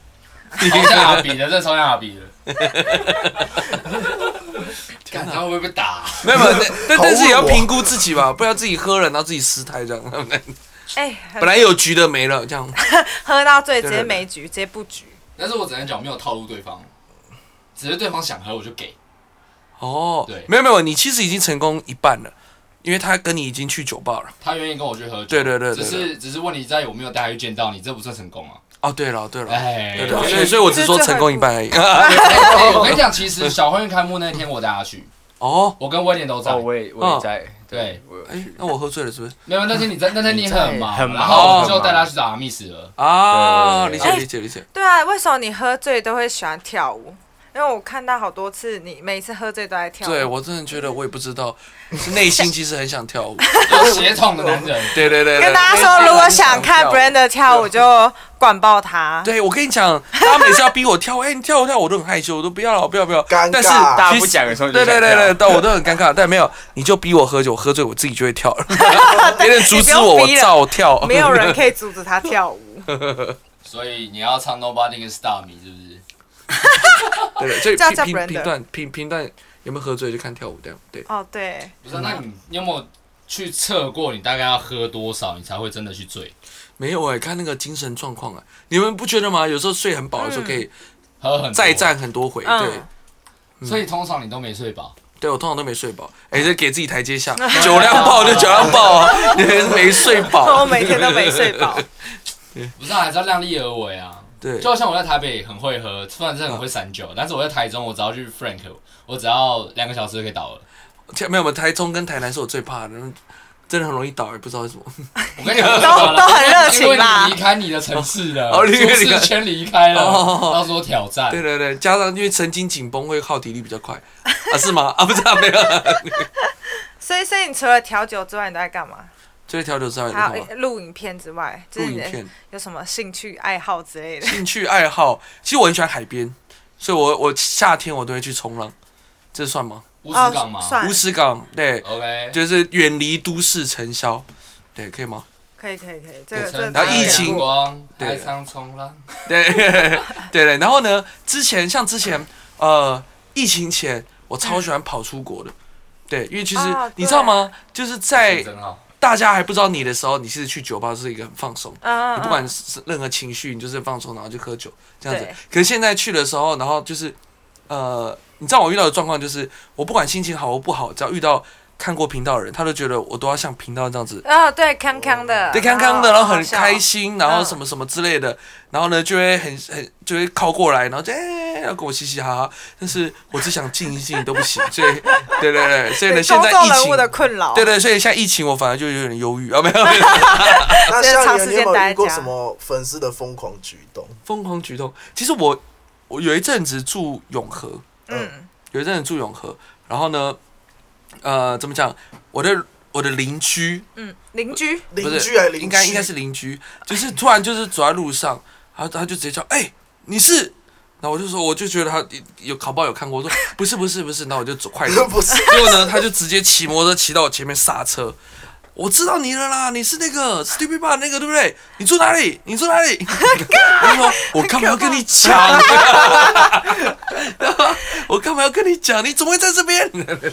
Speaker 3: 超像阿比的，这超像阿比的。看他会不会被打？
Speaker 1: 没有，没有但但但是也要
Speaker 2: 好恶哦
Speaker 1: 评估自己吧，不要自己喝了然后自己失态这样， 对不对？
Speaker 4: 哎，
Speaker 1: 本来有局的没了这样，
Speaker 4: 喝到醉直
Speaker 1: 对对对
Speaker 4: 接没局，直接不局。
Speaker 3: 但是我只能讲我没有套路对方，只是对方想喝我就给。
Speaker 1: 哦，
Speaker 3: 对
Speaker 1: 没有没有，你其实已经成功一半了，因为他跟你已经去酒吧了。
Speaker 3: 他愿意跟我去喝酒，
Speaker 1: 对对对对
Speaker 3: 只是只是问题在于我没有带他去见到你，这不算成功啊。
Speaker 1: 哦，对了对了，
Speaker 3: 哎，
Speaker 1: 对对，
Speaker 3: 对对
Speaker 1: 所以所以我只说成功一半而已。
Speaker 4: 哎
Speaker 3: 我跟你讲，其实小婚宴开幕那天我带他去，
Speaker 1: 哦，
Speaker 3: 我跟威廉都在
Speaker 5: 哦，。我也我也在，
Speaker 3: 对，
Speaker 5: 我有
Speaker 1: 哎
Speaker 5: 去，。
Speaker 1: 那我喝醉了是不是？
Speaker 3: 没有那天你在，那天你很忙，
Speaker 5: 很忙
Speaker 3: 然后我就
Speaker 5: 很忙
Speaker 3: 带他去找阿密斯 了。
Speaker 1: 啊，理
Speaker 5: 对对对
Speaker 1: 解
Speaker 4: 哎
Speaker 1: 理解理解。
Speaker 4: 对啊，为什么你喝醉都会喜欢跳舞？因为我看到好多次，你每次喝醉都在跳舞。
Speaker 1: 对我真的觉得我也不知道，是内心其实很想跳舞。
Speaker 3: 有血统的男人，
Speaker 1: 对对对，对
Speaker 4: 跟大家说，如果想看 Brenda 跳舞，就管爆他。
Speaker 1: 对，我跟你讲，他每次要逼我跳，哎、你跳舞跳舞，我都很害羞，我都不要了，我不要不要。
Speaker 2: 尴尬
Speaker 1: 但是
Speaker 2: 大
Speaker 5: 家
Speaker 1: 其实
Speaker 5: 不讲的时候你就
Speaker 1: 对对
Speaker 5: 想
Speaker 1: 对
Speaker 5: 跳啊
Speaker 1: 对，但我都很尴尬。但没有，你就逼我喝酒，我喝醉我自己就会 跳了，别人阻止我，
Speaker 4: 你
Speaker 1: 我
Speaker 4: 不用逼了
Speaker 1: 照跳。
Speaker 4: 没有人可以阻止他跳舞。
Speaker 3: 所以你要唱 Nobody Can Stop Me 是不是？
Speaker 1: 对对，所以
Speaker 4: 叫
Speaker 1: 评
Speaker 4: 叫
Speaker 1: 评
Speaker 4: Brenda
Speaker 1: 评断评评断有没有喝醉就看跳舞这样。对，
Speaker 4: 哦，对，
Speaker 3: 不是啊，那你你有没有去测过你大概要喝多少，你才会真的去醉？
Speaker 1: 没有哎、看那个精神状况啊，你们不觉得吗？有时候睡很饱的时候可以
Speaker 3: 喝很多
Speaker 1: 再，战很多回。对
Speaker 4: 嗯，
Speaker 3: 所以通常你都没睡饱。
Speaker 1: 对我通常都没睡饱，哎、
Speaker 4: 嗯
Speaker 1: 这给自己台阶 下，酒量爆就酒量爆啊， 你还是没睡
Speaker 4: 我
Speaker 1: 饱。
Speaker 4: 每天都没睡 饱。
Speaker 3: 不是、啊，还是要量力而为啊。
Speaker 1: 对，嗯
Speaker 3: 就好像我在台北很会喝，虽然真的很会散酒，但是我在台中，我只要去 Frank，我只要两个小时就可以倒了。
Speaker 1: 天没有，没有台中跟台南是我最怕的，真的很容易倒，也不知道为什么。
Speaker 3: 我跟你 说，
Speaker 4: 都都很热情啦
Speaker 3: 因为你离开你的城市了，
Speaker 1: 哦
Speaker 3: 舒
Speaker 1: 离开离开
Speaker 3: 适圈离开了，
Speaker 1: 哦
Speaker 3: 到时候挑 战。
Speaker 1: 对对对，加上因为神经紧绷会耗体力比较快啊，是吗？啊，不是、啊、 没有啊，
Speaker 4: 所以，所以你除了调酒之外，你都在干嘛？
Speaker 1: 就是调酒之外的
Speaker 4: 还
Speaker 1: 话
Speaker 4: 有，诶录影片之外，就
Speaker 1: 录
Speaker 4: 哎是
Speaker 1: 影
Speaker 4: 你的
Speaker 1: 片、
Speaker 4: 有什么兴趣爱好之类的。
Speaker 1: 兴趣爱好，其实我很喜欢海边，所以我我夏天我都会去冲浪，这算吗？
Speaker 3: 乌石港吗？
Speaker 4: 哦算
Speaker 1: 乌石港对，
Speaker 3: OK，
Speaker 1: 就是远离都市尘嚣，对，可以吗？
Speaker 4: 可以，可以，可以。这个，这
Speaker 3: 晨
Speaker 4: 个
Speaker 1: 然后
Speaker 4: 真的
Speaker 1: 疫情
Speaker 4: 有
Speaker 3: 阳
Speaker 4: 过
Speaker 3: 光，
Speaker 1: 对
Speaker 3: 海上冲浪，
Speaker 1: 对 对对，然后呢，之前像之前呃，疫情前我超喜欢跑出国的，对，因为其实、
Speaker 4: 啊
Speaker 1: 你知道
Speaker 4: 对
Speaker 1: 吗？就是在
Speaker 3: 真好。
Speaker 1: 大家还不知道你的时候，你是去酒吧是一个很放松，
Speaker 4: 嗯，嗯
Speaker 1: 你
Speaker 4: 嗯
Speaker 1: 不管是任何情绪，你就是放松，然后就喝酒这样子
Speaker 4: 对。
Speaker 1: 可是现在去的时候，然后就是呃，你知道我遇到的状况就是，我不管心情好或不好，只要遇到看过频道的人，他都觉得我都要像频道这样子。
Speaker 4: 哦，对，康康的，哦
Speaker 1: 对，康康的，然后
Speaker 4: 好
Speaker 1: 很
Speaker 4: 笑嗯
Speaker 1: 开。心，然后什么什么之类的，然后呢就会很很就会靠过来，然后就哎，要跟我嘻嘻哈哈。但是我只想静一静都不行，所以对对对，所以呢
Speaker 4: 对
Speaker 1: 现
Speaker 4: 公
Speaker 1: 在
Speaker 4: 众
Speaker 1: 疫
Speaker 4: 人
Speaker 1: 情
Speaker 4: 物，的困扰。
Speaker 1: 对对，所以现在疫情我反而就有点忧郁啊， 没有没有。
Speaker 2: 那
Speaker 4: 现在
Speaker 2: 像
Speaker 4: 长
Speaker 2: 你
Speaker 4: 时
Speaker 2: 你
Speaker 4: 间
Speaker 2: 有没
Speaker 4: 待
Speaker 2: 有
Speaker 4: 在
Speaker 2: 遇过
Speaker 4: 家
Speaker 2: 什么粉丝的疯狂举动？
Speaker 1: 疯狂举动。其实我我有一阵子住永和，
Speaker 4: 嗯，
Speaker 1: 有一阵子住永和，然后呢，呃，怎么讲？我的我的邻居
Speaker 4: 嗯，邻居
Speaker 1: 不是
Speaker 2: 邻居还是邻居？，
Speaker 1: 应该应该是邻居，就是突然就是走在路上，然后他就直接叫：“哎、你是？”然后我就说，我就觉得他有考报有看过，我说 不是不是不是，然后我就走快走
Speaker 2: 不是
Speaker 1: 结果呢，他就直接骑摩托车骑到我前面刹车。我知道你了啦，你是那个 Stupid Bar 那个对不对？你住哪里？你住哪里？我就 说，我干嘛要跟你讲？ 我干嘛要跟你讲？你怎么会在这边？
Speaker 4: 哎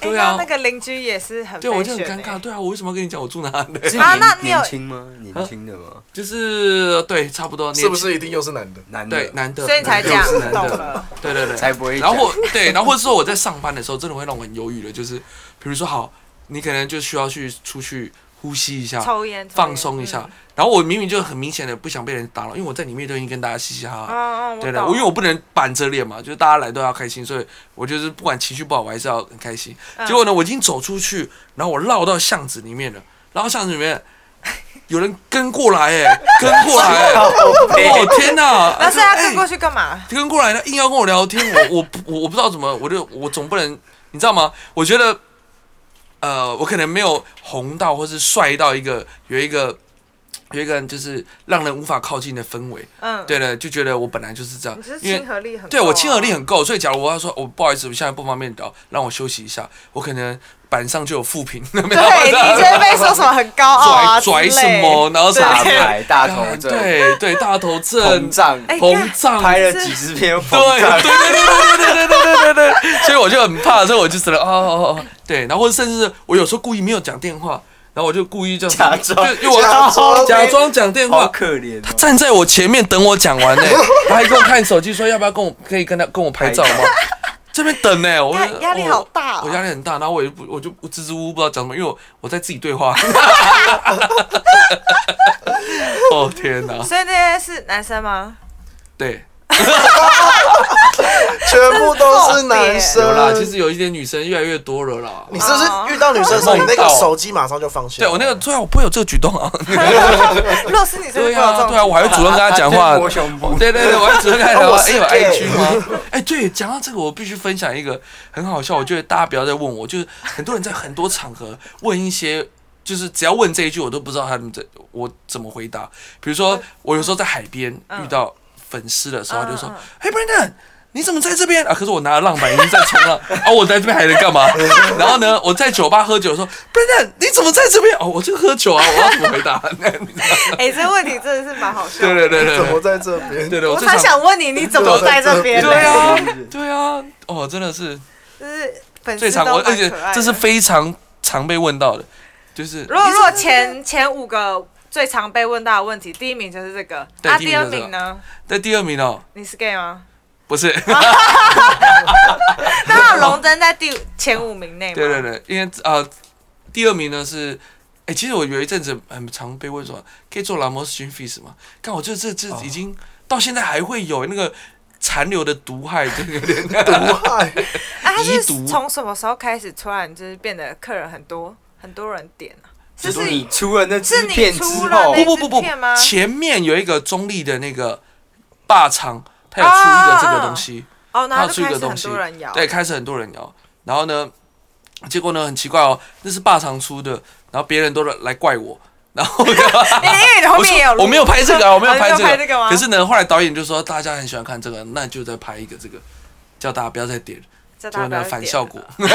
Speaker 1: 对啊
Speaker 4: 那那个邻居也是很
Speaker 1: 对，我就很
Speaker 4: 被选
Speaker 1: 尴尬。
Speaker 4: 欸。
Speaker 1: 对啊，我为什么要跟你讲我住哪里？
Speaker 5: 是
Speaker 4: 啊
Speaker 5: 年
Speaker 4: 那你有
Speaker 5: 年轻吗？年轻的吗？
Speaker 1: 就是对，差不多，
Speaker 2: 是不
Speaker 1: 年纪？
Speaker 2: 是一定又是男的？
Speaker 5: 男的，
Speaker 1: 对，男的，
Speaker 4: 所以你才
Speaker 1: 男
Speaker 4: 讲
Speaker 1: 的是男
Speaker 4: 懂
Speaker 1: 的，
Speaker 4: 了，
Speaker 1: 对对对，
Speaker 5: 才不会
Speaker 1: 然
Speaker 5: 讲。
Speaker 1: 后或对，然后或者说我在上班的时候，真的会让我很忧郁的，就是比如说好，你可能就需要去出去呼吸一下，
Speaker 4: 抽烟
Speaker 1: 放松一下。。
Speaker 4: 嗯
Speaker 1: 然后我明明就很明显的不想被人打扰，因为我在里面都已经跟大家嘻嘻哈
Speaker 4: 抽烟嗯
Speaker 1: 哈。
Speaker 4: 嗯嗯，我
Speaker 1: 对的，
Speaker 4: 懂
Speaker 1: 我因为我不能板着脸嘛，就是大家来都要开心，所以我就是不管情绪不好，我还是要很开心。
Speaker 4: 嗯
Speaker 1: 结果呢，我已经走出去，然后我绕到巷子里面了，绕到巷子里面，有人跟过来、欸，哎，跟过来、 欸，哦天哪！
Speaker 4: 那是他
Speaker 1: 哎
Speaker 4: 跟过去干嘛？
Speaker 1: 跟过来呢，硬要跟我聊天， 我我不我我不知道怎么，我就我总不能，你知道吗？我觉得，呃，我可能没有红到或是帅到一个有一个有一个就是让人无法靠近的氛围。
Speaker 4: 嗯，，
Speaker 1: 对了，就觉得我本来就是这样
Speaker 4: 你是，
Speaker 1: 因为
Speaker 4: 亲和力很够啊，
Speaker 1: 哦对我亲和力很够，所以假如我要说，我不好意思，我现在不方便聊，让我休息一下，我可能板上就有副评，对，你
Speaker 4: 对， 你就会被说什么很高傲啊
Speaker 1: 拽
Speaker 4: 之
Speaker 1: 啊拽
Speaker 4: 类
Speaker 1: 什么，然后什
Speaker 5: 大
Speaker 1: 么
Speaker 5: 牌大头症，
Speaker 1: 对对大头
Speaker 5: 膨
Speaker 1: 症、
Speaker 5: 胀，
Speaker 4: 哎
Speaker 1: 膨胀，
Speaker 5: 拍了几十篇又
Speaker 1: 对对对对对对对对对
Speaker 5: 膨胀，
Speaker 1: 对对对对，所以我就很怕，所以我就只能哦哦哦，对，然后或者甚至是我有时候故意没有讲电话，然后我就故意这样子
Speaker 5: 假装
Speaker 1: 就因为我
Speaker 2: 假装
Speaker 1: 假装讲电
Speaker 5: 好
Speaker 1: 话。
Speaker 5: 可怜 哦。
Speaker 1: 站在我前面等我讲完呢、他还跟我看手机说要不要跟我可以跟他跟我拍照吗？这边等呢、我
Speaker 4: 压压力好大哦
Speaker 1: 我压力很大，然后我也不我就支支吾吾不知道讲什么，因为我我在自己对话。哦天哪，
Speaker 4: 所以那些是男 生吗？
Speaker 1: 对，
Speaker 2: 全部都是男生
Speaker 1: 有。 啦，其实有一点女生越来越多了啦。
Speaker 2: 你是不是遇到女生的时候，你那个手机马上就放下？
Speaker 1: 对我那个，对啊，我不会有这个举动 啊。
Speaker 4: 如果是你，是不
Speaker 1: 对
Speaker 4: 是会有这
Speaker 1: 啊，
Speaker 4: 种
Speaker 1: 对啊，我还会主动跟他讲话。
Speaker 5: 摸胸部，
Speaker 1: 对对对，我还主动跟他 讲
Speaker 4: 哦
Speaker 2: 我
Speaker 1: 话。哎，
Speaker 2: 是
Speaker 1: 有
Speaker 2: gay
Speaker 1: IG 吗？ 哎，对，讲到这个，我必须分享一个很好笑，我觉得大家不要再问我，就是很多人在很多场合问一些。就是只要问这一句，我都不知道他们怎我怎么回答。比如说，我有时候在海边遇到粉丝的时候，
Speaker 4: 嗯
Speaker 1: 就说
Speaker 4: 嗯：“
Speaker 1: 哎，Brandon，你怎么在这边啊？可是我拿了浪板已经在冲浪，啊，我在这边还能干 嘛？然后呢，我在酒吧喝酒说，Brandon，你怎么在这边？哦，我就喝酒啊，我要怎么回答？
Speaker 4: 哎，这问题真的是蛮好笑
Speaker 1: 对
Speaker 4: 的。
Speaker 1: 对对对
Speaker 2: 怎么
Speaker 1: 对，
Speaker 2: 在这 边？
Speaker 1: 对对，我
Speaker 4: 我
Speaker 1: 最
Speaker 4: 才
Speaker 1: 常
Speaker 4: 想问你，你怎么在这边？
Speaker 1: 对啊对啊，哦，真的是
Speaker 4: 就是粉
Speaker 1: 最
Speaker 4: 丝
Speaker 1: 常
Speaker 4: 都
Speaker 1: 我，
Speaker 4: 蛮可
Speaker 1: 而
Speaker 4: 爱
Speaker 1: 且
Speaker 4: 的。
Speaker 1: 这是非常常被问到的，就是
Speaker 4: 如果如果前前五个最常被问到的问题，第一名就是这个，
Speaker 1: 对
Speaker 4: 那
Speaker 1: 第一
Speaker 4: 第
Speaker 1: 名
Speaker 4: 二
Speaker 1: 就是这个
Speaker 4: 名呢？
Speaker 1: 在第二名哦，
Speaker 4: 你是 gay 吗？
Speaker 1: 不是，
Speaker 4: 那龙灯在第前五名内吗？
Speaker 1: 对对对，因为呃，第二名呢是，哎、其实我有一阵子很常被问说，可以做拉莫斯菌 fish 吗？但我这这这已经、到现在还会有那个残留的毒害，真的有 点
Speaker 2: 毒害，
Speaker 4: 啊，他是
Speaker 1: 遗毒
Speaker 4: 从什么时候开始突然就是变得客人很多，很多人点啊？
Speaker 5: 就是是
Speaker 4: 不是
Speaker 5: 你出了那支
Speaker 4: 是你
Speaker 5: 片之
Speaker 4: 出了
Speaker 5: 后
Speaker 4: 那，
Speaker 1: 不不不不
Speaker 4: 片吗，
Speaker 1: 前面有一个中立的那个霸场，它有出一个这个东西，
Speaker 4: 哦，然
Speaker 1: 它
Speaker 4: 后
Speaker 1: 有出
Speaker 4: 就
Speaker 1: 一
Speaker 4: 开
Speaker 1: 个
Speaker 4: 始
Speaker 1: 东
Speaker 4: 很
Speaker 1: 西
Speaker 4: 多人摇，
Speaker 1: 对，开始很多人摇，然后呢，结果呢很奇怪哦，那是霸场出的，然后别人都来怪我，然后
Speaker 4: 因为你后
Speaker 1: 我说
Speaker 4: 面也有录，
Speaker 1: 我没有拍这个啊，我 没有
Speaker 4: 啊你
Speaker 1: 拍
Speaker 4: 没有
Speaker 1: 这
Speaker 4: 拍这个吗
Speaker 1: 可是呢，后来导演就说大家很喜欢看这个，那就再拍一个这个，叫大家不要再点，
Speaker 4: 这
Speaker 1: 就
Speaker 4: 大家不要
Speaker 1: 呢
Speaker 4: 去
Speaker 1: 反
Speaker 4: 点
Speaker 1: 效果。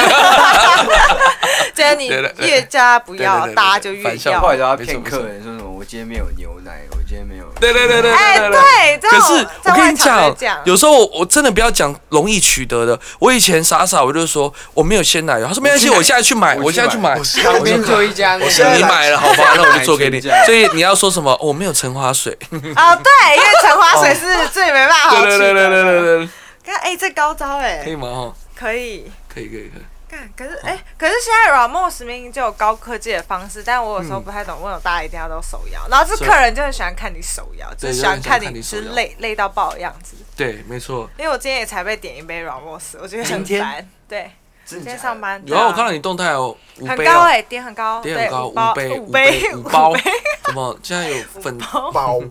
Speaker 4: 就是你
Speaker 1: 对对对
Speaker 4: 越加不要
Speaker 1: 对对对，对
Speaker 4: 大家就越
Speaker 1: 反效
Speaker 5: 后
Speaker 1: 果
Speaker 4: 要。
Speaker 5: 来都要
Speaker 1: 没错
Speaker 5: 骗
Speaker 1: 没错
Speaker 5: 客人说什么我今天没有牛奶，我今天没有。
Speaker 1: 对对对对
Speaker 4: 哎，
Speaker 1: 对对。
Speaker 4: 对，这
Speaker 1: 可
Speaker 4: 种
Speaker 1: 是
Speaker 4: 在
Speaker 1: 我跟
Speaker 4: 外
Speaker 1: 你
Speaker 4: 场
Speaker 1: 讲
Speaker 4: 就这样，
Speaker 1: 有时候我我真的不要讲容易取得的。我以前傻傻我就说我没有鲜奶油，他说没关系，我现在去买，我
Speaker 5: 我去
Speaker 1: 现在去买
Speaker 2: 我。是
Speaker 5: 旁边就一家那个，
Speaker 2: 现在
Speaker 1: 你
Speaker 2: 来
Speaker 1: 买了好吧，那我就做给你。
Speaker 5: 买全家
Speaker 1: 所以你要说什么？哦我没有橙花水。
Speaker 4: 啊，对，因为橙花水是最没办法好
Speaker 1: 对
Speaker 4: 取
Speaker 1: 对对
Speaker 4: 的。
Speaker 1: 对对对对，对
Speaker 4: 看，哎，这高招
Speaker 1: 可
Speaker 4: 哎
Speaker 1: 以，吗？哈，
Speaker 4: 可以。
Speaker 1: 可以可以可以。
Speaker 4: 干，可是哎、可是现在 Ramos 明明就有高科技的方式，但我有时
Speaker 1: 嗯
Speaker 4: 候不太懂为什么大家一定要都手摇，然后这
Speaker 1: 是
Speaker 4: 客人就很喜欢看你手摇，就
Speaker 1: 对
Speaker 4: 是喜欢看
Speaker 1: 就很喜欢看你
Speaker 4: 你
Speaker 1: 手摇
Speaker 4: 是累累到爆的样子。
Speaker 1: 对，没错。
Speaker 4: 因为我今天也才被点一杯 Ramos，我觉得
Speaker 5: 今
Speaker 4: 很
Speaker 5: 天
Speaker 4: 烦。对，
Speaker 5: 今
Speaker 4: 今天上班。
Speaker 1: 有啊，我看到
Speaker 4: 你
Speaker 1: 你动态哦，五
Speaker 4: 很
Speaker 1: 杯
Speaker 4: 高
Speaker 1: 哦。
Speaker 4: 哎、点很高，
Speaker 1: 点很高，
Speaker 4: 对，
Speaker 1: 杯、
Speaker 4: 五
Speaker 1: 五
Speaker 4: 杯、
Speaker 1: 五
Speaker 4: 包
Speaker 1: 包， 什么？现在有粉，
Speaker 2: 包，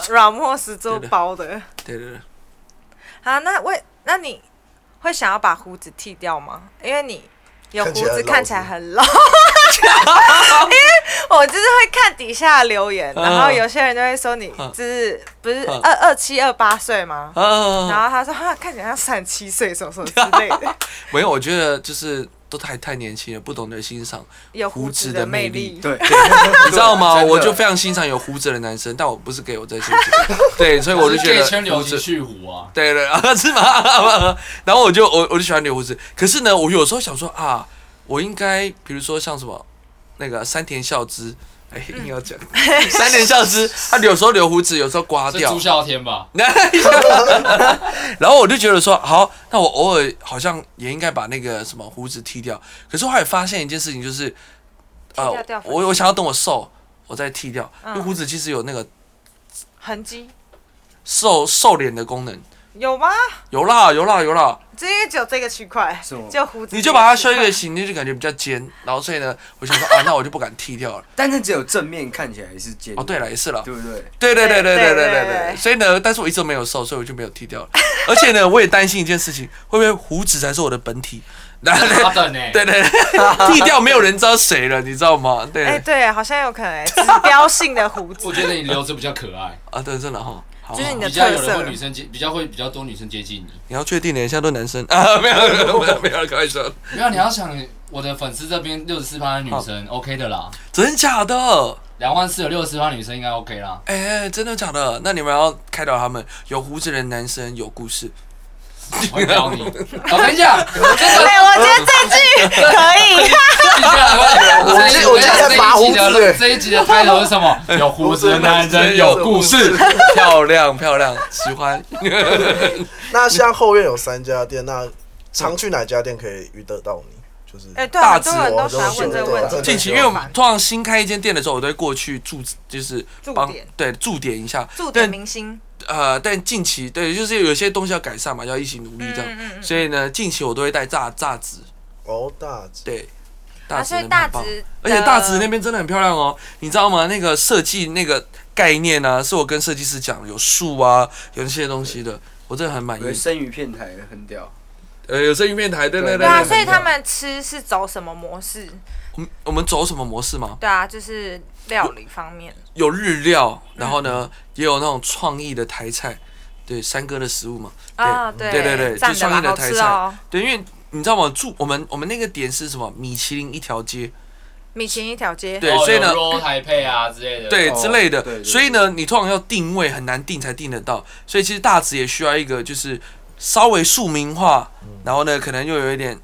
Speaker 4: ，Ramos 做包的。
Speaker 1: 对对对，
Speaker 4: 好，那为那你会想要把胡子剃掉吗？因为你有胡子看
Speaker 2: 看
Speaker 4: 起
Speaker 2: 起
Speaker 4: 来
Speaker 2: 来
Speaker 4: 很老， 因为我就是会看底下留言，
Speaker 1: 嗯
Speaker 4: 然后有些人就会说你
Speaker 1: 嗯
Speaker 4: 就是不是
Speaker 1: 嗯
Speaker 4: 二二七二八岁吗？然
Speaker 1: 啊，
Speaker 4: 后他说哈看起来像三七岁什么什么之类 的，
Speaker 1: 没有，我觉得就是都太太年轻了，不懂得欣 赏。
Speaker 4: 有
Speaker 1: 胡子
Speaker 4: 子
Speaker 1: 的
Speaker 4: 的
Speaker 1: 魅
Speaker 4: 力。
Speaker 5: 对，
Speaker 1: 你知道吗？
Speaker 5: 真的
Speaker 1: 我就非常欣赏有胡子的男生，但我不是给我这些 胡子，对，所以我就觉
Speaker 3: 就是 gay 圈
Speaker 1: 得胡
Speaker 3: 流行
Speaker 1: 子，
Speaker 3: 去胡啊，
Speaker 1: 对对 啊，是吗？ 然后我就我我就喜欢留胡子，可是呢，我有时候想说啊，我应该比如说像什么那个山田孝之，哎，
Speaker 4: 嗯
Speaker 1: 硬要讲山田孝之，他有时候留胡子，有时候刮
Speaker 3: 是
Speaker 1: 掉
Speaker 3: 朱，孝天吧？
Speaker 1: 然后我就觉得说，好，那我偶尔好像也应该把那个什么胡子剃掉。可是后来发现一件事情，就是，呃
Speaker 4: 剃掉掉发
Speaker 1: 啊我我想要等我瘦，我再剃掉，因
Speaker 4: 嗯
Speaker 1: 为胡子其实有那个
Speaker 4: 痕迹
Speaker 1: 瘦瘦脸的功能，
Speaker 4: 有吗？
Speaker 1: 有啦有啦有啦，
Speaker 4: 这因为只有这个区块
Speaker 5: 是吗，
Speaker 4: 就胡子这区块，
Speaker 1: 你就把它修一个形，你就感觉比较尖。然后所以呢，我想说啊，那我就不敢剃掉了。
Speaker 5: 但是只有正面看起来是尖的。
Speaker 1: 哦，对了，也是了，
Speaker 5: 对不对？
Speaker 1: 对对对对对对对
Speaker 4: 对
Speaker 1: 对
Speaker 4: 对对
Speaker 1: 所以呢，但是我一直都没有瘦，所以我就没有剃掉了。而且呢，我也担心一件事情，会不会胡子才是我的本体？然后呢
Speaker 3: 他等呢？
Speaker 1: 对对，对剃掉没有人知道谁了，你知道吗？对、
Speaker 4: 哎，对，好像有可能欸指标性的 胡子
Speaker 3: 我，觉得你留着比较可爱，
Speaker 1: 啊，对，真的哈。好
Speaker 4: 就是你的
Speaker 3: 比较
Speaker 4: 特
Speaker 3: 有人会
Speaker 4: 色
Speaker 3: 女。生接，比较会比较多女生接近你。
Speaker 1: 你要确定的，现在都男生啊，没有没有没有，开玩笑。
Speaker 3: 没有，你要想，我的粉丝这边六十四趴的女生 OK 的啦，
Speaker 1: 真假的？
Speaker 3: 两万四有六十四趴女生应该 OK 啦。
Speaker 1: 哎、真的假的？那你们要开导他们，有胡子的男生有故事。
Speaker 3: 我教你，我跟你讲，我这个
Speaker 4: 哎，我觉得这句可以。
Speaker 3: 记下来我
Speaker 2: 我记我记得在拔胡子
Speaker 3: 这一集的这一集的 title 是什么？有胡子的男人有故事。
Speaker 1: 漂亮漂亮，喜 欢。
Speaker 2: 那像后院有三家店，那常去哪家店可以遇得到你？就是
Speaker 4: 哎，对，很
Speaker 1: 大
Speaker 4: 多人
Speaker 2: 直播
Speaker 4: 都喜欢问这个问
Speaker 2: 对
Speaker 4: 题。
Speaker 1: 近期因为我们通常新开一间店的时候，我都会过去驻，就是
Speaker 4: 驻
Speaker 1: 帮
Speaker 4: 点
Speaker 1: 对驻点一下。
Speaker 4: 驻点
Speaker 1: 但
Speaker 4: 明星，
Speaker 1: 呃，但近期对，就是有些东西要改善嘛，要一起努力这样。
Speaker 4: 嗯嗯嗯
Speaker 1: 所以呢，近期我都会带炸炸子，
Speaker 2: 哦，大直
Speaker 1: 对，大
Speaker 4: 啊，
Speaker 1: 直
Speaker 4: 所
Speaker 1: 那
Speaker 4: 以
Speaker 1: 边
Speaker 4: 大
Speaker 1: 很棒。
Speaker 4: 直，
Speaker 1: 而且大直那边真的很漂亮哦，你知道吗？那个设计那个概念呢、啊，是我跟设计师讲，有树啊，有那些东西的，我真的很满
Speaker 5: 有
Speaker 1: 意
Speaker 5: 个。生鱼片台很屌，
Speaker 1: 呃，有生鱼片台，对对对
Speaker 5: 对
Speaker 4: 对啊，
Speaker 5: 那边
Speaker 4: 所以
Speaker 1: 对
Speaker 4: 他们吃是走什么模式？
Speaker 1: 我们我们走什么模式吗？
Speaker 4: 对啊，就是料理方面。
Speaker 1: 有日料，然后呢，
Speaker 4: 嗯
Speaker 1: 也有那种创意的台菜，对，三哥的食物嘛，对
Speaker 4: 啊，对
Speaker 1: 对对对
Speaker 4: 赞
Speaker 1: 就
Speaker 4: 的
Speaker 1: 创
Speaker 4: 啦
Speaker 1: 意的
Speaker 4: 好
Speaker 1: 台
Speaker 4: 吃
Speaker 1: 菜
Speaker 4: 哦，
Speaker 1: 对，因为你知道吗？住我们我们那个点是什么？米其林一条街，
Speaker 4: 米其林一条街。
Speaker 1: 对，所以呢，
Speaker 3: ，roll 台配啊之类的。
Speaker 1: 对
Speaker 5: 哦
Speaker 1: 之类的
Speaker 5: 对，对
Speaker 1: 所以呢，你通常要定位很难定才定得到，所以其实大致也需要一个就是稍微庶民化，
Speaker 5: 嗯
Speaker 1: 然后呢，可能又有一点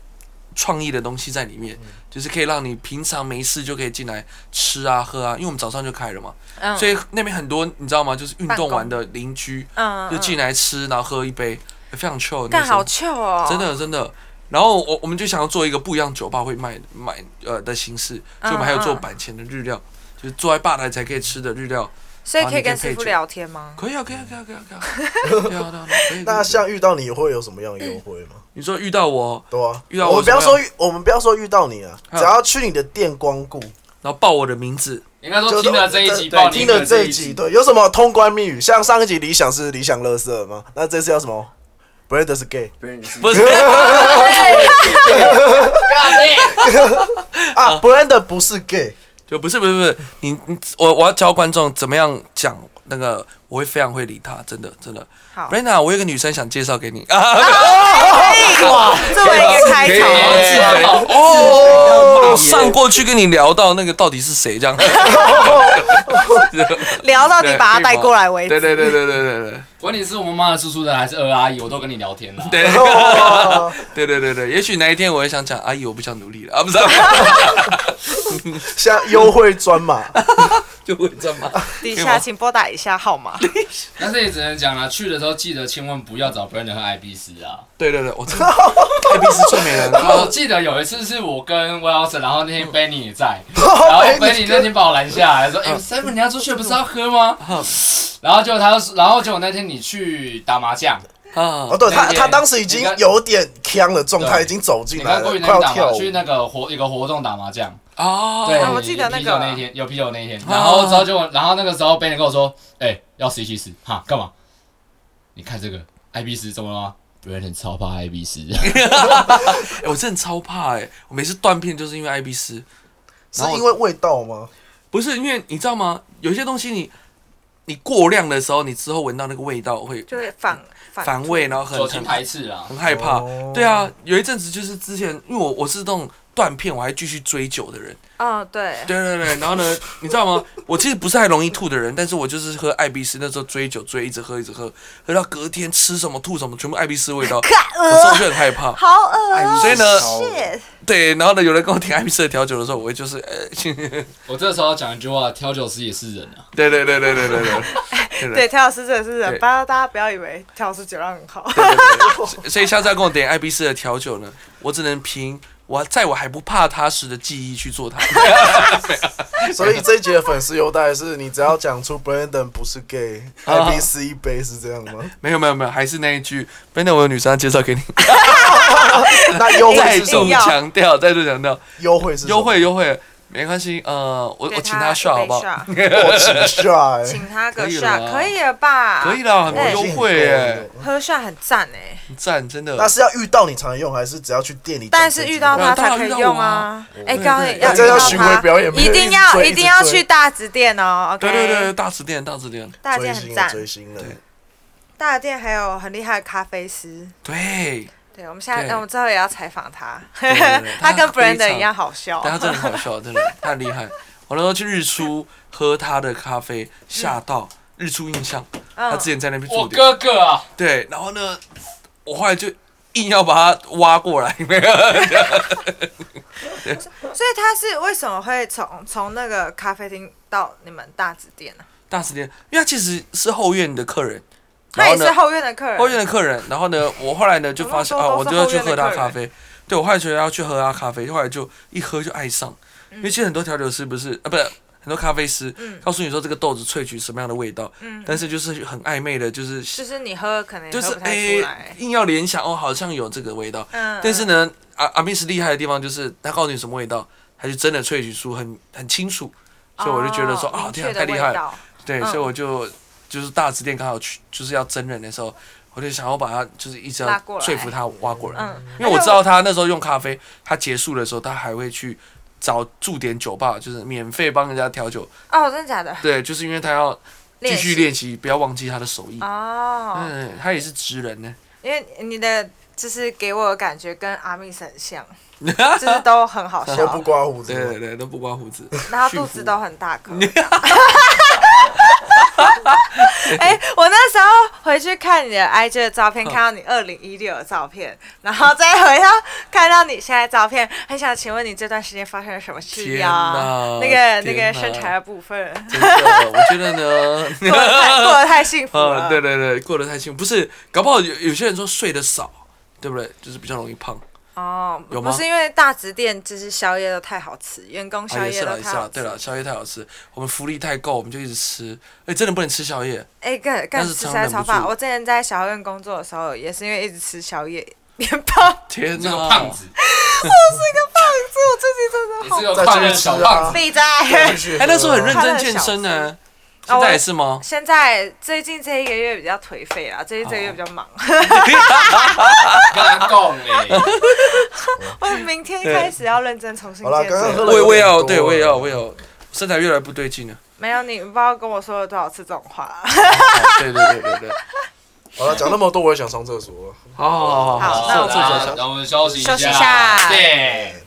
Speaker 1: 创意的东西在里面，
Speaker 5: 嗯
Speaker 1: 就是可以让你平常没事就可以进来吃啊喝啊，因为我们早上就开了嘛，
Speaker 4: 嗯，
Speaker 1: 所
Speaker 4: 以
Speaker 1: 以那边很多你知道吗？就是运动完
Speaker 4: 办公
Speaker 1: 的邻居
Speaker 4: 嗯，
Speaker 1: 就进来吃，然后喝一杯，非常 chill 的那
Speaker 4: 干
Speaker 1: 时候。
Speaker 4: 好 c 哦，
Speaker 1: 真的真的。然后我我们就想要做一个不一样酒吧会卖卖呃的形式，就我们还有做
Speaker 4: 嗯嗯
Speaker 1: 板前的日料，就是坐在吧台才可以吃的日料。
Speaker 4: 所以
Speaker 1: 然后
Speaker 4: 可以
Speaker 1: 你可以
Speaker 4: 跟师
Speaker 1: 配
Speaker 4: 傅
Speaker 1: 酒
Speaker 4: 聊天吗？
Speaker 1: 可以啊，可以啊，可以啊，可以啊，可以 啊对啊，对啊，对啊可以。可
Speaker 2: 那
Speaker 1: 以
Speaker 2: 像遇到你会有什么样的优惠吗？
Speaker 1: 你说遇到我，
Speaker 2: 对啊，
Speaker 1: 遇到我
Speaker 2: 我们不要
Speaker 1: 怎么
Speaker 2: 说遇，我们不要说遇到你啊，
Speaker 1: 嗯
Speaker 2: 只要去你的店光顾，
Speaker 1: 然后报我的名字，
Speaker 3: 应该
Speaker 2: 就
Speaker 3: 说
Speaker 2: 是
Speaker 3: 听了这一集，
Speaker 2: 对
Speaker 3: 报你
Speaker 2: 听
Speaker 5: 了
Speaker 2: 了 这一
Speaker 5: 这一
Speaker 2: 集，
Speaker 5: 集
Speaker 2: 对，有什么通关密语？像上一集理想是理想乐色吗？那这次要什么？Bread is gay
Speaker 5: 不认识。
Speaker 1: 不 是
Speaker 2: 啊，Bread 不是 gay，
Speaker 1: 就不是不是不是你你我我要教观众怎么样讲那个，我会非常会理他，真的真的。
Speaker 4: 好
Speaker 1: b r e n a 我有一个女生想介绍给 你 啊，
Speaker 4: 哇，作为一个开
Speaker 1: 可以
Speaker 4: 头，
Speaker 1: 自
Speaker 3: 好
Speaker 1: 肥哦，马上过去跟你聊到那个到底是谁这样。
Speaker 4: 聊到你把他带过来为
Speaker 1: 对
Speaker 4: 止。
Speaker 1: 对对对对对对。
Speaker 3: 管你是我妈妈的叔叔的还是二阿姨，我都跟你聊天了。
Speaker 1: 对
Speaker 2: 哦
Speaker 1: 对对对对，也许哪一天我也想讲，阿姨，我不想努力了啊，不是啊，
Speaker 2: 像优惠专码，
Speaker 1: 就会这样嘛。
Speaker 4: 底
Speaker 1: 可以吗
Speaker 4: 下请拨打以下号码。
Speaker 3: 但是也只能讲了，去的时候记得千万不要找 Brandon 和艾比斯啊。
Speaker 1: 对对对，我真的艾比斯最美人，
Speaker 3: 我
Speaker 1: 他
Speaker 3: 记得有一次是我跟 Wilson，然后那天 Benny 也在， 然后 Benny 那天把我拦下来说：“哎，Seven 你要出去不是要喝吗？”然后结果他就说，然后结果那天你去打麻将，
Speaker 1: 啊
Speaker 2: 哦，，对他
Speaker 3: 对
Speaker 2: 他当时已经有点呛的状态，
Speaker 3: 对
Speaker 2: 已经走进
Speaker 3: 你
Speaker 2: 来了
Speaker 3: 跟郭宇，那
Speaker 2: 快
Speaker 3: 天
Speaker 2: 要
Speaker 3: 打
Speaker 2: 跳
Speaker 3: 麻
Speaker 2: 舞
Speaker 3: 去。那个活一个活动打麻将，
Speaker 1: 哦，
Speaker 3: 对，
Speaker 4: 啊我记得那
Speaker 3: 有
Speaker 4: 个哦
Speaker 3: 啤酒那一天有啤酒那一天，然后之后就然后那个时候 Benny 跟我说：“哎，要十一七十，哈，干嘛？你看这个艾比斯怎么了吗？”Brandon 超怕艾比斯，
Speaker 1: 哎我真的超怕哎，我每次断片就是因为艾比斯，
Speaker 2: 是因为味道吗？
Speaker 1: 不是因为你知道吗？有些东西你你过量的时候，你之后闻到那个味道会
Speaker 4: 就是反反
Speaker 1: 反胃，然后很
Speaker 3: 酒精
Speaker 1: 很
Speaker 3: 排斥啊。
Speaker 1: 很害怕
Speaker 2: 哦。
Speaker 1: 对啊，有一阵子就是之前，因为我我是那种断片，我还继续追酒的人。
Speaker 4: 嗯，对，
Speaker 1: 对对对，然后呢， 你知道吗？我其实不是太容易吐的人，但是我就是喝艾比斯，那时候追酒追，一直喝一直喝，喝到隔天吃什么吐什么，全部艾比斯味道，我时候就很害怕。
Speaker 4: 好恶
Speaker 1: 哎
Speaker 4: 哦
Speaker 1: 所以呢，
Speaker 4: ，shit，
Speaker 1: 对，然后呢，有人跟我提艾比斯的调酒的时候，我会就是呃，
Speaker 3: 我这时候讲一句话，调酒师也是人啊。
Speaker 1: 对对对对对对对对对
Speaker 4: 对，调老师真的是人，
Speaker 1: 对
Speaker 4: 不要大家不要以为调老师酒量很好。
Speaker 1: 对，所以下次要跟我点艾比斯的调酒呢，我只能凭我在我还不怕它时的记忆去做它。
Speaker 2: 所以这一集的粉丝优待是你只要讲出 Brandon 不是 gay，
Speaker 1: 啊
Speaker 2: i b c 一杯是这样吗？
Speaker 1: 没有没有没有，还是那一句，真的我有女生要介绍给你，
Speaker 2: 那优
Speaker 1: 再
Speaker 2: 惠是什
Speaker 1: 度
Speaker 2: 么？
Speaker 4: 定要
Speaker 1: 强调，再度强调，
Speaker 2: 优惠是什么
Speaker 1: 优惠，优惠，没关系，呃，我我
Speaker 4: 给
Speaker 1: 请他
Speaker 4: 一杯
Speaker 1: shot 好不好？
Speaker 4: shot，
Speaker 2: 我 请 帅，
Speaker 4: 请他个
Speaker 1: 可以
Speaker 4: shot，
Speaker 1: 了
Speaker 4: 可以了吧？
Speaker 1: 可以啦，很
Speaker 4: 哎
Speaker 1: 多优惠耶，
Speaker 4: 喝 shot 很赞哎，
Speaker 1: 很赞，真的
Speaker 2: 那。是要遇到你才能用，还是只要去店里？
Speaker 4: 但是遇到他
Speaker 1: 对啊
Speaker 4: 才可以用啊。哎，
Speaker 1: 对
Speaker 4: 刚
Speaker 1: 对
Speaker 4: 要
Speaker 1: 对
Speaker 2: 这
Speaker 4: 遇
Speaker 2: 要
Speaker 4: 到
Speaker 2: 巡回
Speaker 4: 他，
Speaker 2: 表演，
Speaker 4: 一定要一定要去大直店哦。OK，
Speaker 1: 对对对，大池店，大池店，
Speaker 4: 大
Speaker 2: 追
Speaker 4: 店
Speaker 2: 星
Speaker 4: 很
Speaker 2: 的
Speaker 4: 赞，
Speaker 2: 追星的，
Speaker 1: 对
Speaker 4: 大店还有很厉害的咖啡师。
Speaker 1: 对，
Speaker 4: 对，我们现在，
Speaker 1: 对
Speaker 4: 那我们之后也要采访他，
Speaker 1: 对对对
Speaker 4: 他跟
Speaker 1: 他非
Speaker 4: Brandon
Speaker 1: 常
Speaker 4: 一样好笑。
Speaker 1: 但他真的很好笑，真的太厉 害。我那时候去日出喝他的咖啡，吓到日出印象。他
Speaker 4: 嗯
Speaker 1: 之，前在那边驻
Speaker 3: 我
Speaker 1: 点，
Speaker 3: 哥哥啊，
Speaker 1: 对，然后呢，我后来就硬要把他挖过来，没 有，
Speaker 4: 所以他是为什么会从从那个咖啡厅到你们大直店呢？
Speaker 1: 大时间，因为他其实是后院的客人，然
Speaker 4: 他
Speaker 1: 后
Speaker 4: 也
Speaker 1: 呢
Speaker 4: 是后院的客人，
Speaker 1: 后院的客人，然后呢，我后来呢就
Speaker 4: 我
Speaker 1: 发
Speaker 4: 们
Speaker 1: 现
Speaker 4: 都
Speaker 1: 啊，
Speaker 4: 都
Speaker 1: 我
Speaker 4: 是
Speaker 1: 就要去
Speaker 4: 后院
Speaker 1: 喝
Speaker 4: 的
Speaker 1: 他
Speaker 4: 客
Speaker 1: 咖
Speaker 4: 人
Speaker 1: 啡，对我后来觉得要去喝他咖啡，后来就一喝就爱上，因为其实很多调酒师不是啊，不是很多咖啡师
Speaker 4: 嗯
Speaker 1: 告诉你说这个豆子萃取什么样的味道，但是就是很暧昧的，就是
Speaker 4: 就是你喝可能也
Speaker 1: 就是
Speaker 4: 喝不太
Speaker 1: 哎
Speaker 4: 出来，，
Speaker 1: 硬要联想哦，好像有这个味道，
Speaker 4: 嗯，
Speaker 1: 但是
Speaker 4: 嗯，
Speaker 1: 呢，阿阿密斯厉害的地方就是他告诉你什么味道，他就真的萃取出很很清楚，所以我就觉得说
Speaker 4: 哦
Speaker 1: 啊，
Speaker 4: 明
Speaker 1: 天啊，
Speaker 4: 确
Speaker 1: 太
Speaker 4: 的
Speaker 1: 厉
Speaker 4: 味
Speaker 1: 害了。
Speaker 4: 道，
Speaker 1: 对，
Speaker 4: 嗯
Speaker 1: 所以我就就是大直店刚好去就是要真人的时候，我就想要把他就是一直
Speaker 4: 拉
Speaker 1: 要
Speaker 4: 过来
Speaker 1: 说服他挖过来，
Speaker 4: 嗯，
Speaker 1: 因为我知道他那时候用咖啡，他结束的时候他还会去。找驻点酒吧就是免费帮人家调酒，
Speaker 4: 哦，真的假的？
Speaker 1: 对，就是因为他要继续
Speaker 4: 习
Speaker 1: 练习，不要忘记他的手艺。
Speaker 4: 哦，
Speaker 1: 嗯，他也是职人呢。
Speaker 4: 因为你的就是给我的感觉跟阿密斯很 像，就是都很好
Speaker 2: 都不
Speaker 4: 笑，
Speaker 2: 刮胡子
Speaker 1: 对
Speaker 2: 吗，
Speaker 1: 对对，都不刮胡子。
Speaker 4: 然后
Speaker 1: 驯
Speaker 4: 肚
Speaker 1: 服
Speaker 4: 子都很 大颗。 哎、我那时候回去看你的 IG 的照片，看到你二零一六的照片， 然后再回到看到你现在的照片，很想请问你这段时间发生了什么事
Speaker 1: 天
Speaker 4: 呀
Speaker 1: 哪？
Speaker 4: 那个那
Speaker 1: 天哪
Speaker 4: 个身材的部分，
Speaker 1: 真的，我觉得呢，
Speaker 4: 过 得太过得太幸福了。
Speaker 1: 啊，对对对，过得太幸福，不是，搞不好有有些人说睡得少，对不对？就是比较容易胖。
Speaker 4: 哦，
Speaker 1: 有吗
Speaker 4: 不是因为大直店就是宵夜都太好吃，员工宵
Speaker 1: 啊，也
Speaker 4: 夜
Speaker 1: 是
Speaker 4: 都
Speaker 1: 啦，也是
Speaker 4: 太好
Speaker 1: 啦
Speaker 4: 吃。，
Speaker 1: 对了，宵夜太好吃，我们福利太够，我们就一直吃，哎，真的不能吃宵夜，
Speaker 4: 哎、干干
Speaker 1: 但是
Speaker 4: 吃
Speaker 1: 常
Speaker 4: 实在
Speaker 1: 忍
Speaker 4: 超
Speaker 1: 不
Speaker 4: 棒！
Speaker 1: 住
Speaker 4: 我之前在小院工作的时候，也是因为一直吃宵夜， 面包。
Speaker 1: 天
Speaker 3: 你是
Speaker 1: 哪，
Speaker 3: 个胖子，
Speaker 4: 这
Speaker 3: 你
Speaker 4: 我最近真的好
Speaker 3: 是个胖
Speaker 2: 再
Speaker 3: 的
Speaker 2: 去吃啊
Speaker 3: 小胖子。
Speaker 4: 闭嘴！
Speaker 2: 再 继续喝啊
Speaker 1: 哎，那时候很认真健身呢，
Speaker 4: 他
Speaker 1: 现
Speaker 4: 的小吃
Speaker 1: 在也是吗？
Speaker 4: 现在最近这一个月比较颓废啦，最近这个月比较忙。
Speaker 3: 跟他共哎，哦
Speaker 4: 我 明天开始要认真重 新
Speaker 2: 好 啦
Speaker 4: 健
Speaker 2: 刚刚
Speaker 4: 身。
Speaker 2: 喝了
Speaker 1: 哦我也我也要，
Speaker 2: 有点多
Speaker 1: 对我也要，我也要，身材越来越不对劲了。哦
Speaker 4: 没有你不知道跟我说了多少次这种话。
Speaker 1: 对对对对对，
Speaker 2: 好了，讲那么多，我也想上厕所了。
Speaker 1: 好好好好
Speaker 4: 好
Speaker 1: 好，
Speaker 4: 那
Speaker 1: 坐
Speaker 4: 我
Speaker 1: 坐
Speaker 4: 们
Speaker 1: 坐坐。
Speaker 3: 让我们休息
Speaker 4: 休息一下
Speaker 3: 对。